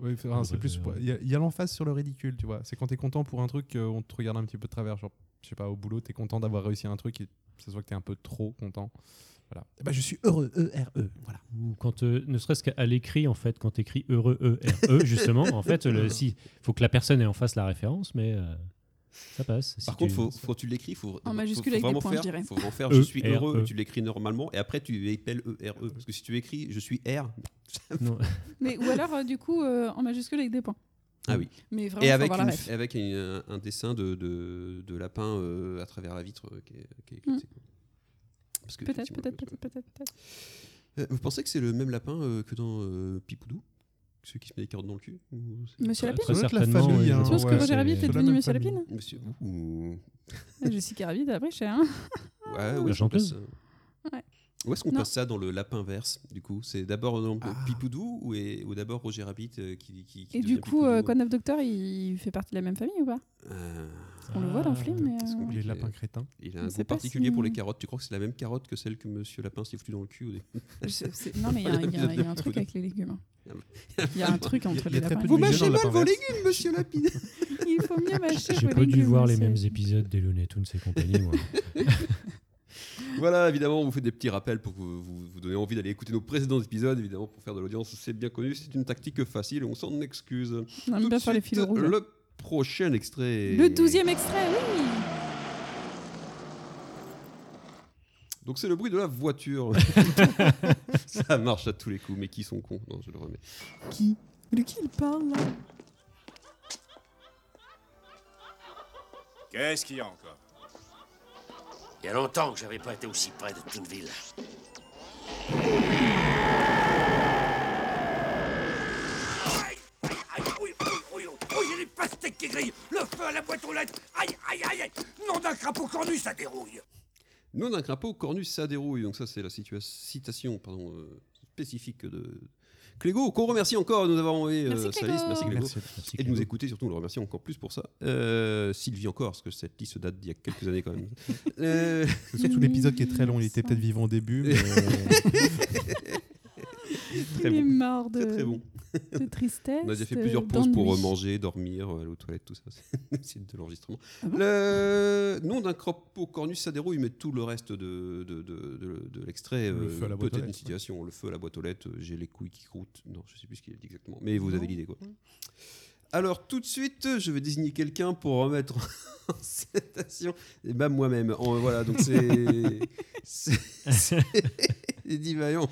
S10: Oui, enfin, c'est plus. pour- Il y a, il y a l'emphase sur le ridicule, tu vois. C'est quand t'es content pour un truc, euh, on te regarde un petit peu de travers. Genre, je sais pas, au boulot, t'es content d'avoir réussi un truc et ça se voit que t'es un peu trop content. Voilà. Eh ben, je suis heureux,
S8: Euh,
S10: E-R-E. Voilà.
S11: Ou quand, euh, ne serait-ce qu'à l'écrit, en fait, quand tu écris heureux, E, R, E, justement, en fait, le, si, faut que la personne ait en face la référence, mais euh, ça passe. Si
S8: Par
S11: tu-
S8: contre, faut, faut tu l'écris, faut,
S9: En
S8: faut-
S9: majuscule
S8: faut
S9: avec des
S8: vraiment
S9: points,
S8: faire,
S9: je dirais.
S8: faut vraiment faire je
S11: E,
S8: suis
S11: R,
S8: heureux,
S11: E.
S8: tu l'écris normalement et après tu épelles E R E parce que si tu écris je suis R
S11: Non.
S9: Mais, ou alors, euh, du coup, euh, en majuscule avec des points.
S8: Ah oui.
S9: Mais vraiment,
S8: et
S9: faut
S8: avec,
S9: avoir la
S8: une-
S9: ref.
S8: avec une- un dessin de, de, de lapin euh, à travers la vitre euh, qui est, qui est éclipsé. Parce que,
S9: Mm. Peut-être,
S8: effectivement,
S9: peut-être, peut-être, peut-être. peut-être.
S8: euh, vous pensez que c'est le même lapin euh, que dans euh, Pipoudou Celui qui se met les cordes dans le cul ou c'est-
S9: Monsieur Lapine
S11: Très certainement.
S10: famille,
S11: oui,
S10: hein,
S11: je
S9: Tu penses
S11: pense
S9: que Roger Rabbit
S11: Ah c'est-
S9: est devenu Monsieur hein Lapine
S8: Monsieur. Ouh.
S9: Je suis Rabbit après, je sais, hein.
S8: Ouais, où est-ce qu'on
S11: chanteuse.
S8: place ça
S9: Ouais.
S8: euh, Où est-ce qu'on
S9: Non.
S8: place ça dans le lapin verse du coup C'est d'abord dans
S10: Ah.
S8: Pipoudou ou, est- ou d'abord Roger Rabbit euh, qui, qui, qui
S9: Et
S8: devient
S9: du coup, euh,
S8: Pipoudou
S9: Quoi de neuf Docteur, il fait partie de la même famille ou pas
S8: Euh,
S9: On le voit
S11: Ah,
S9: dans le film, mais.
S8: c'est
S9: euh,
S8: compliqué.
S10: ben, Les lapins crétins.
S8: Il a
S9: On
S8: un
S9: sait
S8: goût
S9: pas
S8: particulier
S9: si-
S8: pour les carottes. Tu crois que c'est la même carotte que celle que Monsieur Lapin s'est foutu dans le cul au début
S9: Je- c'est- Non, mais il y, a- il y a- il y a un truc avec les légumes. hein. Il y a un truc entre
S10: il y
S9: les
S10: a très
S9: lapins.
S10: peu
S9: et
S10: de
S9: les
S10: légumes.
S9: légumes.
S10: mâchez mal vos
S8: légumes, Monsieur Lapin
S9: Il faut mieux mâcher
S11: J'ai
S9: vos
S11: pas dû
S9: légumes,
S11: voir les
S9: monsieur.
S11: mêmes épisodes des Looney Tunes et compagnie, moi.
S8: Voilà, évidemment, on vous fait des petits rappels pour que vous, vous, vous donner envie d'aller écouter nos précédents épisodes. Évidemment, pour faire de l'audience, c'est bien connu. C'est une tactique facile, on s'en excuse.
S9: On aime
S8: Tout
S9: bien
S8: de
S9: faire les
S8: suite,
S9: fils rouges.
S8: Le prochain extrait.
S9: Le douzième extrait, oui
S8: Donc c'est le bruit de la voiture. Ça marche à tous les coups, mais qui sont cons Non, je le remets.
S9: Qui De qui il parle là
S13: Qu'est-ce qu'il y a encore
S2: Il y a longtemps que j'avais pas été aussi près de Toonville.
S13: Aïe, oui, oui, oui, oui, oui, j'ai des pastèques qui grillent, le feu à la boîte aux lettres, aïe, aïe, aïe, aïe, nom d'un crapaud cornu, ça dérouille.
S8: Nous, d'un crapaud, cornu, ça dérouille. Donc ça, c'est la situa- citation pardon, euh, spécifique de Clégo, qu'on remercie encore de nous avoir envoyé euh,
S9: Merci,
S8: sa
S9: Clégo.
S8: liste. Merci Clégo.
S10: Merci,
S8: Et de nous écouter, surtout, on le remercie encore plus pour ça. Euh, Sylvie encore, parce que cette liste date d'il y a quelques années quand même. Euh,
S10: C'est surtout l'épisode qui est très long. Il était peut-être vivant au début, mais.
S8: Très
S9: Il est
S8: bon.
S9: mort de,
S8: Très, très bon.
S9: de tristesse.
S8: On a déjà fait
S9: euh,
S8: plusieurs pauses pour
S9: d'ennui.
S8: euh, manger, dormir, euh, aller aux toilettes, tout ça. C'est- C'est de l'enregistrement. le nom d'un crapaud cornu, ça dérouille, mais tout le reste de, de, de- de- de l'extrait,
S10: Le
S8: euh,
S10: feu à la boîte aux
S8: peut-être une
S10: lettres,
S8: situation. Le feu à la boîte aux lettres, euh, j'ai les couilles qui croûtent. Non, je sais plus ce qu'il a dit exactement, mais vous
S10: Non.
S8: avez l'idée quoi. Alors tout de suite, je vais désigner quelqu'un pour remettre en citation. Et bah moi-même. En- voilà, donc c'est c'est- c'est Eddie Vaillant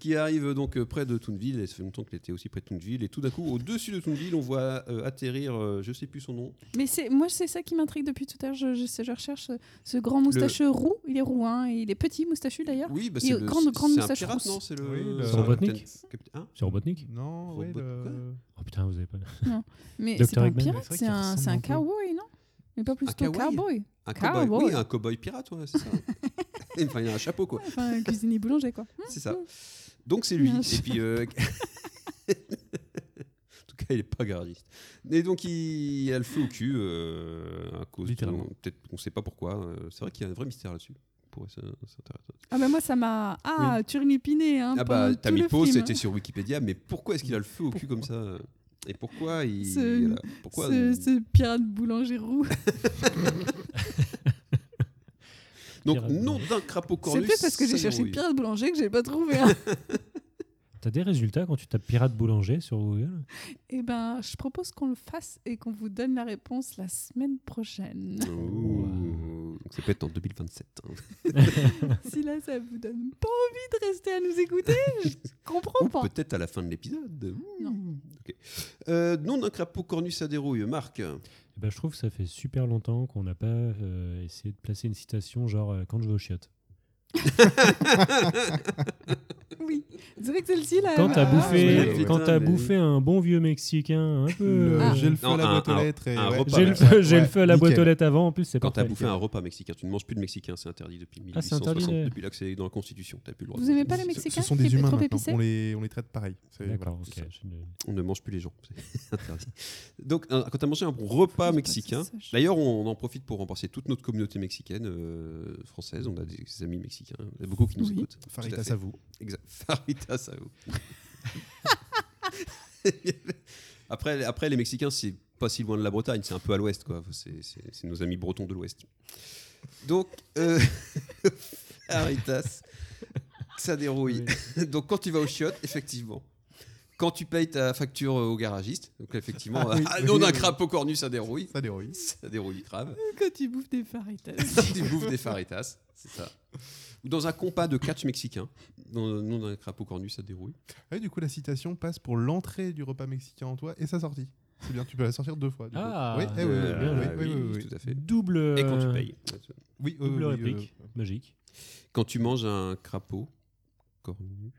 S8: qui arrive donc euh, près de Toonville. Et ça fait longtemps qu'il était aussi près de Toonville. Et tout d'un coup, au-dessus de Toonville, on voit euh, atterrir, euh, je sais plus son nom.
S9: Mais c'est, moi, c'est ça qui m'intrigue depuis tout à l'heure. Je, je, sais, je recherche ce, ce grand moustacheux roux. Il est roux, hein. Il est petit, moustachu d'ailleurs.
S8: Oui, bah,
S9: Il
S8: c'est
S9: a
S8: le-
S9: grande,
S8: c'est-
S9: grande
S8: c'est un
S9: moustache
S8: pirate,
S9: rousse.
S8: non C'est le,
S10: Oui, le-
S8: c'est
S11: C'est
S8: le
S11: Robotnik
S8: capitaine- capitaine- hein
S11: C'est Robotnik
S10: Non, ouais,
S8: Robot-
S10: le-
S11: Oh putain, vous avez pas.
S9: Non. Mais
S11: Dr.
S9: c'est pas un
S11: Eggman.
S9: pirate,
S11: C'est vrai
S9: c'est
S11: qu'il
S9: un, c'est un
S11: ressemble un peu.
S9: cowboy, non Mais pas plus
S8: Un
S9: qu'un
S8: kawaii.
S9: cowboy.
S8: Un cowboy. Oui, un cowboy pirate, ouais, c'est ça. Et, enfin, il a un chapeau quoi.
S9: Enfin, un cuisinier boulanger, quoi.
S8: C'est ça. Donc c'est lui.
S9: Mmh. Bien
S8: Et
S9: sûr.
S8: puis. euh, en tout cas, il n'est pas garagiste. Et donc, il, il a le feu au cul euh, à cause. de-
S10: Littéralement.
S8: Peut-être qu'on ne sait pas pourquoi. euh, C'est vrai qu'il y a un vrai mystère là-dessus. Pour ça, ça intéresse.
S9: Ah, bah moi, ça m'a. Ah,
S8: Oui.
S9: turlipiné, hein.
S8: ah bah,
S9: pendant
S8: t'as
S9: tout
S8: mis
S9: le
S8: pause,
S9: film.
S8: c'était sur Wikipédia, mais pourquoi est-ce qu'il a le feu au cul comme ça euh, Et pourquoi il.
S9: Ce-
S8: voilà, pourquoi
S9: hein. ce, ce pirate boulanger roux.
S8: Donc,
S11: Pirate.
S8: nom d'un crapaud
S9: C'est
S8: cornu.
S9: fait parce que j'ai
S8: ça
S9: cherché
S8: dérouille.
S9: pirate boulanger que j'ai pas trouvé. hein.
S11: T'as des résultats quand tu tapes pirate boulanger sur Google
S9: Eh ben, je propose qu'on le fasse et qu'on vous donne la réponse la semaine prochaine.
S8: Ouh. Donc, Ça peut être en 2027. hein.
S9: si là, ça vous donne pas envie de rester à nous écouter, je comprends
S8: Ou
S9: pas.
S8: peut-être à la fin de l'épisode. Mmh.
S9: Non.
S8: Ok. Euh, nom d'un crapaud cornus à dérouille, Marc.
S11: Eh ben, je trouve que ça fait super longtemps qu'on n'a pas euh, essayé de placer une citation genre euh, quand je vais aux chiottes.
S9: Oui. Je dirais que celle-ci, là.
S11: Quand t'as
S9: euh,
S11: bouffé,
S8: oui, oui,
S11: quand
S8: oui.
S11: t'as
S8: Mais-
S11: bouffé un bon vieux mexicain, un peu.
S10: Le- Ah.
S11: euh,
S10: j'ai le feu à la
S8: Non,
S10: boîte aux
S8: un-
S10: lettres et-
S8: un
S10: ouais.
S8: repas
S11: J'ai le
S8: mexicain.
S11: feu, j'ai le feu à la boîte aux
S10: nickel.
S11: lettres avant. En plus, c'est
S8: Quand t'as
S11: parfait.
S8: bouffé un repas mexicain, tu ne manges plus de mexicain, c'est interdit depuis
S11: Ah, c'est
S8: 1860.
S11: interdit, ouais.
S8: depuis là que c'est dans la Constitution, t'as plus le droit.
S9: Vous
S8: de-
S9: aimez pas les
S8: Ce-
S9: Mexicains
S10: Ce sont
S9: qui
S10: des
S9: est
S10: humains
S9: trop
S10: maintenant.
S9: épicés
S10: On les, on les traite pareil. C'est-
S11: D'accord,
S10: voilà, c'est
S11: ok,
S10: ça.
S11: je ne-
S8: On ne mange plus les gens. C'est interdit. Donc, un- quand tu as mangé un bon repas
S9: que
S8: mexicain,
S9: ça sache.
S8: d'ailleurs, on en profite pour rembourser toute notre communauté mexicaine, euh, française. On a des amis mexicains. Il y en a beaucoup qui nous
S9: Oui.
S8: écoutent.
S10: Faritas
S8: Tout à fait.
S10: à vous.
S8: Exact. Faritas à vous. après, après, les Mexicains, c'est pas si loin de la Bretagne. C'est un peu à l'ouest, quoi. C'est- C'est c'est nos amis bretons de l'ouest. Donc, euh, Faritas, ça dérouille. Donc, quand tu vas au chiottes, effectivement. Quand tu payes ta facture au garagiste, donc effectivement,
S10: Ah oui.
S8: ah, non, d'un crapaud cornu, ça dérouille.
S10: Ça dérouille.
S8: Ça dérouille grave.
S9: Quand ils bouffent des faritas.
S8: tu bouffes des faritas, c'est ça. Ou dans un compas de catch mexicain, dans le nom d'un crapaud cornu, ça dérouille.
S10: Ouais, Ah du coup, la citation passe pour l'entrée du repas mexicain en toi et sa sortie. C'est bien, tu peux la sortir deux fois. du coup.
S11: Ah,
S10: oui, eh oui,
S8: euh,
S10: oui, oui,
S8: bien,
S10: oui,
S8: oui,
S10: oui,
S8: oui,
S10: oui.
S8: tout à fait.
S11: Double.
S8: Et quand tu
S11: euh,
S8: payes.
S10: Oui, euh,
S11: Double
S10: oui, euh,
S11: réplique. Magique.
S8: Quand tu manges un crapaud cornu.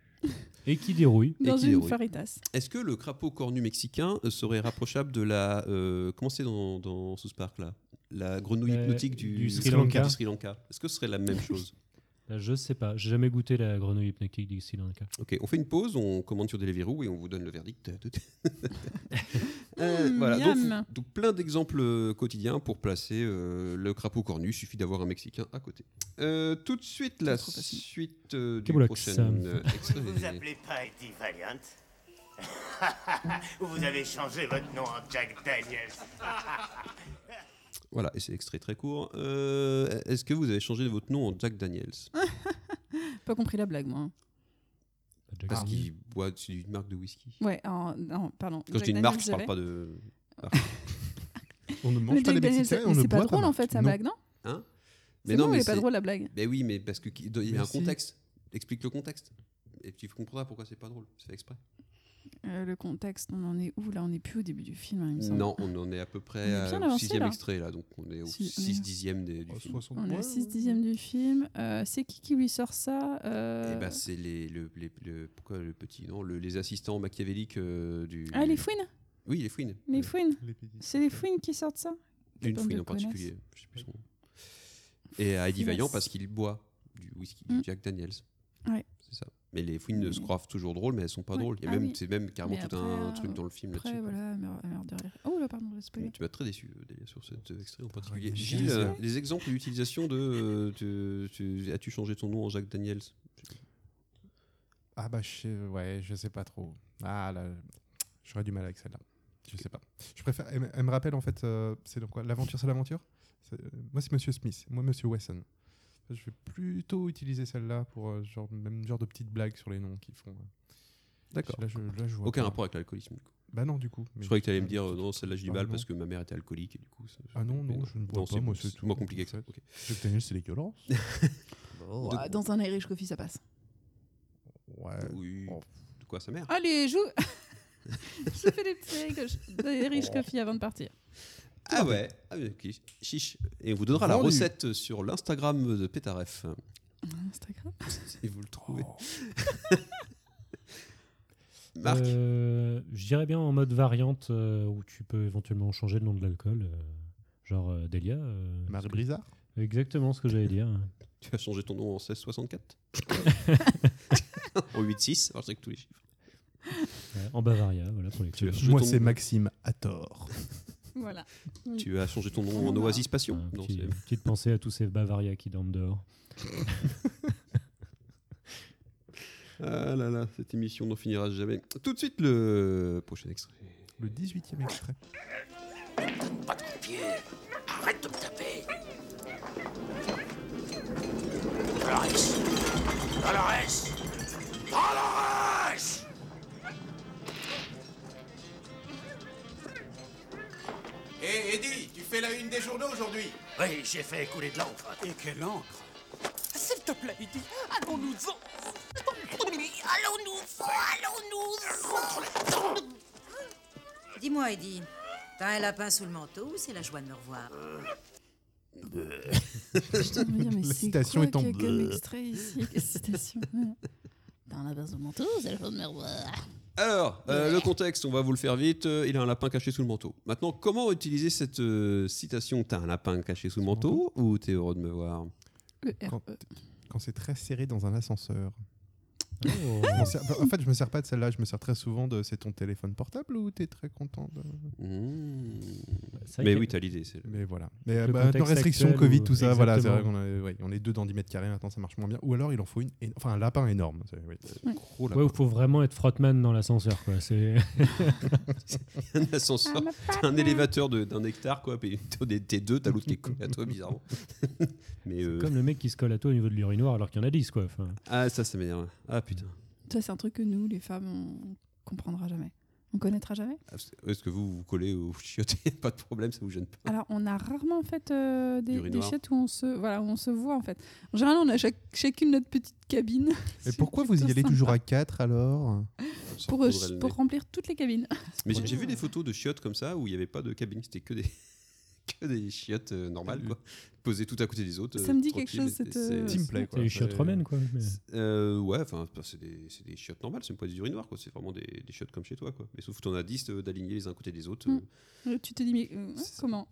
S11: Et qui dérouille.
S8: Et
S9: Dans
S8: qui
S9: une
S8: dérouille.
S9: faritas.
S8: Est-ce que le crapaud cornu mexicain euh, serait rapprochable de la. euh, comment c'est dans, dans South Park là La grenouille
S11: Euh,
S8: hypnotique du,
S11: du Sri Lanka.
S8: du Sri Lanka. Est-ce que ce serait la même chose
S11: Là, je sais pas. J'ai jamais goûté la grenouille hypnotique du Sri Lanka.
S8: Ok, on fait une pause, on commande sur Deliveroo et on vous donne le verdict. Euh,
S9: Mm,
S8: voilà, donc,
S9: miam.
S8: donc plein d'exemples euh, quotidiens pour placer euh, le crapaud cornu. Suffit d'avoir un Mexicain à côté. Euh, tout de suite, la
S9: trop facile.
S8: suite euh, du
S11: Keboulox.
S8: prochain euh, extrait.
S14: Vous vous appelez pas Eddie Valiant Ou vous avez changé votre nom en Jack Daniels
S8: Voilà, et c'est extrait très court. Euh, Est-ce que vous avez changé votre nom en Jack Daniels
S9: Ah. Pas compris la blague, moi. hein.
S8: Parce qu'il boit c'est une marque de whisky.
S9: Ouais, en- non, pardon.
S8: Quand je dis une marque, je parle pas de. marque.
S10: On ne mange
S9: Mais
S10: pas les
S9: Jack Daniels,
S10: mexicains et on
S9: mais
S10: ne
S9: c'est pas
S10: boit
S9: drôle
S10: pas.
S9: en fait sa
S10: Non.
S9: blague, non
S8: Hein
S9: C'est bon, elle est
S8: c'est-
S9: pas drôle la blague.
S8: Ben oui, mais parce que qui- il y
S10: Mais
S8: a un
S10: si.
S8: contexte. Explique le contexte. Et tu comprendras pourquoi c'est pas drôle. C'est fait exprès.
S9: Euh, le contexte, on en est où là On n'est plus au début du film, hein, il me semble.
S8: Non, on en est à peu près
S9: On est bien
S8: euh, au
S9: avancé,
S8: sixième
S9: là.
S8: extrait là, donc on est au
S9: Si-
S8: 6 dixième des- du
S10: Oh,
S8: film.
S10: 60
S9: On est
S10: ouais,
S9: à 6
S10: ouais.
S9: dixièmes du film. Euh, c'est qui qui lui sort ça Euh,
S8: Et bah c'est les, le, les- le- pourquoi le petit non le- les assistants machiavéliques euh, du.
S9: Ah, les fouines
S8: Oui, les fouines.
S9: Les
S8: Euh,
S9: fouines
S10: Les petits.
S9: C'est les fouines qui sortent ça
S8: Une
S9: bande
S8: fouine
S9: de
S8: en
S9: connasses.
S8: particulier. Je sais plus son nom. Et à Eddie
S9: Finesse.
S8: Vaillant parce qu'il boit du whisky,
S9: Mm.
S8: du Jack Daniels.
S9: Ouais.
S8: C'est ça. Mais les fouines se croient toujours drôles, mais elles sont pas
S9: Ouais.
S8: drôles. Il y a
S9: Ah
S8: même,
S9: oui.
S8: c'est même carrément
S9: Mais
S8: tout un
S9: après,
S8: truc
S9: euh,
S8: dans le film
S9: Après,
S8: là-dessus.
S9: voilà, merde merde de rire. Oh là, pardon, je vais spoiler.
S8: Tu vas être très déçu, euh, Delia, sur
S9: Ah
S8: cet euh, extrait en particulier.
S10: regarde,
S8: Gilles,
S10: j'ai
S8: euh,
S10: raison.
S8: les exemples d'utilisation de. euh, tu- tu- As-tu changé ton nom en Jack Daniels
S10: Ah bah je sais, ouais, je sais pas trop. Ah là, j'aurais du mal avec celle-là. Je sais pas. Je préfère. Elle, me- elle me rappelle en fait, euh, c'est dans quoi L'aventure, c'est l'aventure. C'est- euh, Moi, c'est Monsieur Smith. Moi, Monsieur Wesson. Je vais plutôt utiliser celle-là pour euh, genre même genre de petites blagues sur les noms qu'ils font.
S8: D'accord.
S10: Là, je, là, je vois
S8: Aucun
S10: pas.
S8: rapport avec l'alcoolisme. du coup.
S10: Bah non, du coup. mais-
S8: Je croyais que tu allais me dire euh, non, celle-là, je dis
S10: Ah,
S8: mal
S10: non.
S8: parce que ma mère était alcoolique. Et du coup, ça-
S10: Ah non,
S8: mais
S10: non, je ne bois
S8: Non,
S10: pas,
S8: c'est-
S10: moi, c'est
S8: c'est
S10: tout,
S8: moins
S10: en
S8: compliqué que ça.
S10: fait.
S8: Ok.
S10: Jack Daniel, c'est dégueulasse.
S8: Bon,
S9: Ah, Dans un Irish Coffee, ça passe.
S10: Ouais.
S8: Oui.
S10: oh.
S8: De quoi sa mère
S9: Allez, joue J'ai fait des petits Irish- des Irish Coffee avant de partir.
S8: Ah ouais ah, ouais, ok. Chiche. Et on vous donnera la
S10: Vendu.
S8: recette sur l'Instagram de Pétaref.
S9: Instagram
S8: Si vous le trouvez.
S10: Oh.
S8: Marc
S11: Euh, je dirais bien en mode variante euh, où tu peux éventuellement changer le nom de l'alcool. euh, genre euh, Delia. euh,
S10: Marie
S11: ce que-
S10: Brizard.
S11: Exactement ce que j'allais dire.
S8: Tu as changé ton nom en 1664 En 8-6, alors je sais que tous les chiffres.
S11: Ouais, en Bavaria, voilà pour les
S8: Tu as
S11: clubs.
S8: changé
S10: Moi,
S8: ton-
S10: c'est Maxime Hathor.
S9: Voilà.
S8: Tu as changé ton nom en Oasis Passion
S10: Ah,
S11: Un
S8: Non,
S11: petit-
S8: c'est-
S11: petite pensée à tous ces Bavaria qui dorment dehors.
S8: Ah là là, cette émission n'en finira jamais. Tout de suite, le prochain extrait.
S10: Le 18e extrait.
S2: Donne pas de coups de pied. Arrête de me taper. Dolores. Dolores. Dolores
S6: Hé, Eddie, tu fais la une des des journaux aujourd'hui
S2: Oui, j'ai fait écouler de l'encre.
S6: Et quelle encre
S12: S'il te plaît, Eddie, allons-nous-en. Allons-nous-en, allons-nous-en.
S7: Dis-moi, Eddie, t'as un lapin sous le manteau ou c'est la joie de me revoir
S9: mais
S10: La
S9: c'est
S10: citation
S9: quoi
S10: est en
S9: qu'il y a comme
S10: bleu.
S9: extrait ici Quelle citation Dans la base de mon tour, c'est la faute de me revoir.
S8: Alors, euh, le contexte, on va vous le faire vite. Euh, il a un lapin caché sous le manteau. Maintenant, comment utiliser cette euh, citation T'as un lapin caché sous le manteau ou t'es heureux de me voir
S10: Quand,
S9: euh
S10: quand c'est très serré dans un ascenseur.
S8: Oh.
S10: Je m'en sers- en fait, je me sers pas de celle-là, je me sers très souvent de c'est ton téléphone portable ou t'es très content de...
S8: vrai Hmm. Mais que- oui, t'as l'idée, c'est-
S10: Mais voilà.
S8: Avec
S10: Mais
S8: le
S10: euh, bah, maintenant,
S8: contexte
S10: restriction
S8: actuel
S10: Covid,
S8: ou-
S10: tout ça, voilà. C'est vrai
S8: Exactement.
S10: qu'on a- ouais, on est deux dans 10 mètres carrés, maintenant ça marche moins bien. Ou alors il en faut une, éno- enfin un lapin énorme. c'est- oui. Gros lapin.
S11: Ouais, il faut vraiment être frontman dans l'ascenseur, quoi. C'est.
S8: un
S9: Ah,
S8: ascenseur, t'as un élévateur de- d'un hectare, quoi. Puis t'as des- t'es deux, t'as l'autre qui est collé à toi, bizarrement. Mais euh,
S11: Comme le mec qui se colle à toi au niveau de l'urinoir alors qu'il y en a 10, quoi. Enfin,
S8: ah, ça, ça m'énerve. Ah putain.
S9: Ça, c'est un truc que nous, les femmes, on comprendra jamais. On connaîtra jamais.
S8: Ah, parce que- Est-ce que vous vous collez ou vous chiotez Pas de problème, ça vous gêne pas.
S9: Alors, on a rarement en fait euh, des, des
S8: Urinoir.
S9: chiottes où on se, voilà, où on se voit en fait. En général, on a chaque- chacune notre petite cabine.
S10: Et pourquoi vous y allez toujours à 4 alors
S9: pour, euh, pour remplir toutes les cabines.
S8: Mais j'ai j'ai vu des photos de chiottes comme ça où il n'y avait pas de cabine, c'était que des que des chiottes euh, normales quoi, posées tout à côté des autres.
S9: Ça me dit quelque chose, cette, euh, Team play,
S11: quoi. C'est des chiottes romaines, quoi, mais-
S8: Euh, ouais, enfin bah, c'est des c'est des chiottes normales, c'est même pas des urinoirs quoi, c'est vraiment des, des chiottes comme chez toi quoi. Mais sauf que t'en as 10 euh, d'alignés les uns à côté des autres. euh.
S9: Euh, Tu te dis, mais euh, hein, comment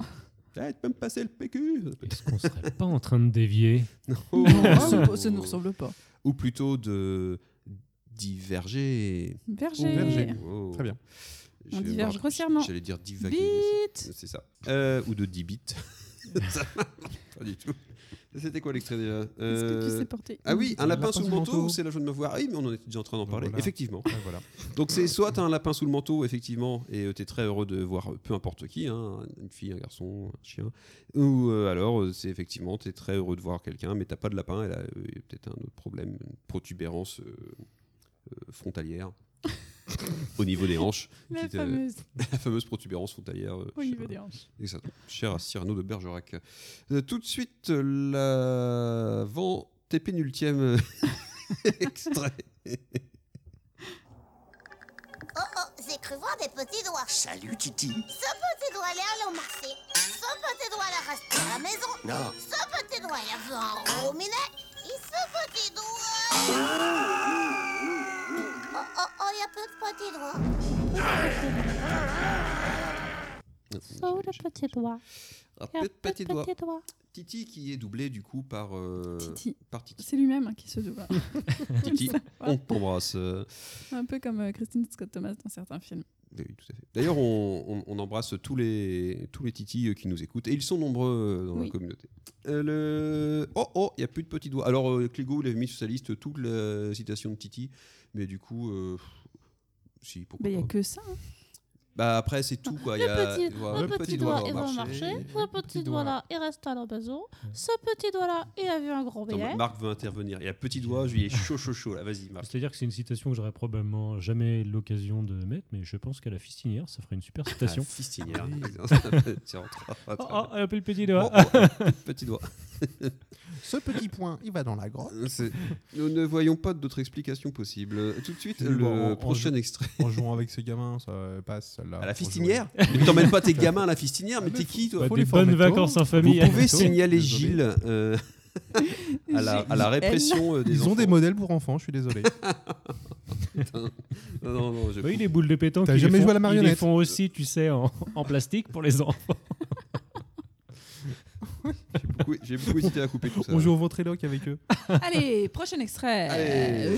S8: Ah, tu peux me passer le PQ Est-ce
S11: qu'on serait pas en train de dévier
S8: Oh.
S9: Non, ça ne nous ressemble pas.
S8: Ou plutôt de diverger.
S9: Verger. Ou verger.
S8: Oh.
S10: Très bien.
S9: On
S8: Je-
S9: diverge
S8: bah,
S9: grossièrement.
S8: J'allais dire divaguer.
S9: Bit.
S8: c'est- C'est ça. Euh, ou de 10 bits. Ça marche pas du tout. C'était quoi l'extrait déjà
S9: que tu
S8: Euh,
S9: sais porter
S8: Ah oui,
S9: Un
S8: un lapin
S9: lapin
S8: sous le
S9: sous
S8: manteau,
S9: manteau.
S8: ou c'est la joie de me voir. Ah oui, mais on en était déjà en train d'en parler.
S10: voilà.
S8: Effectivement.
S10: Ouais, voilà.
S8: Donc c'est soit t'as un lapin sous le manteau, effectivement, et euh, t'es très heureux de voir euh, peu importe qui, hein, une fille, un garçon, un chien, ou euh, alors euh, c'est effectivement t'es très heureux de voir quelqu'un, mais t'as pas de lapin, elle a euh, peut-être un autre problème, une protubérance euh, euh, frontalière au niveau des hanches.
S9: La
S8: te-
S9: fameuse.
S8: la fameuse protubérance frontalière. euh,
S9: Au niveau
S8: chère-
S9: des hanches.
S8: Et ça, cher à Cyrano de Bergerac. Euh, tout de suite, euh, l'avant pénultième euh, extrait.
S15: Oh oh, j'ai cru voir des petits doigts.
S2: Salut, Titi.
S15: Ce petit doigt là, au marché. Ce petit doigt là, reste à la maison.
S2: Non.
S15: Ce petit doigt là, veut un gros minet. Et ce petit doigt. Oh oh oh, il y a peu de petits doigts.
S16: Oh, le petit doigt.
S8: Un
S16: Et un
S8: pe- petit doigt.
S16: petit doigt.
S8: Titi qui est doublé du coup par, euh,
S9: Titi.
S8: par Titi.
S9: C'est lui-même hein, qui se doit.
S8: Titi,
S9: Comme ça,
S8: on
S9: voilà.
S8: t'embrasse. euh.
S9: Un peu comme euh, Christine Scott Thomas dans certains films.
S8: Oui, oui, tout à fait. D'ailleurs, on, on- on embrasse tous les, tous les titis euh, qui nous écoutent. Et ils sont nombreux euh, dans
S9: Oui.
S8: la communauté. Euh, le... Oh, oh, il n'y a plus de petits doigts. Alors, euh, Clégo, il avait mis sur sa liste toute la citation de Titi. Mais du coup, euh, si, pourquoi
S9: Mais il n'y a
S10: Oh.
S8: pas.
S9: que ça. hein.
S8: Bah, après, c'est tout. Quoi. Il y
S16: Le
S8: a-
S16: petit,
S8: voilà,
S16: le petit doigt, il va
S8: au
S16: au marché. Le petit doigt là, il reste à la maison. Ce petit doigt là, il a vu un gros
S8: Attends,
S16: billet.
S8: Marc veut intervenir. Il y a petit doigt, je lui ai chaud, chaud, chaud. Là, vas-y, Marc.
S11: C'est-à-dire que c'est une citation que j'aurais probablement jamais l'occasion de mettre, mais je pense qu'à la fistinière, ça ferait une super citation.
S8: Ah, fistinière. C'est en train-
S11: Oh, oh, elle a pris le petit doigt.
S8: Oh, oh, elle a pris le petit doigt.
S10: Ce petit point, il va dans la grotte.
S8: C'est- Nous ne voyons pas d'autres explications possibles. Euh, Tout de suite,
S10: Oui,
S8: le
S10: bon, en- en
S8: prochain
S10: jou-
S8: extrait.
S10: En jouant avec ce gamin, ça passe là.
S8: À Ah, la fistinière Mais T'emmènes pas tes gamins à la fistinière, mais t'es qui toi
S11: Bah, Faut des les former bonnes tôt. vacances en famille.
S8: Vous pouvez
S11: Tôt.
S8: signaler
S11: Désolé.
S8: Gilles euh, à, la, à la répression euh, des
S10: Ils ont
S8: enfants.
S10: des modèles pour enfants, je suis désolé.
S8: Putain. non, non, non, je
S11: Oui,
S8: coupe.
S11: les boules de pétanque.
S10: T'as
S11: ils les
S10: jamais
S11: font-
S10: joué à la
S11: Ils les
S10: marionnette.
S11: font aussi, tu sais, en, en plastique pour
S8: Euh.
S11: les enfants.
S8: J'ai beaucoup- J'ai beaucoup hésité à couper tout ça.
S10: On joue au ventriloque avec eux.
S9: Allez, prochain extrait.
S8: Allez.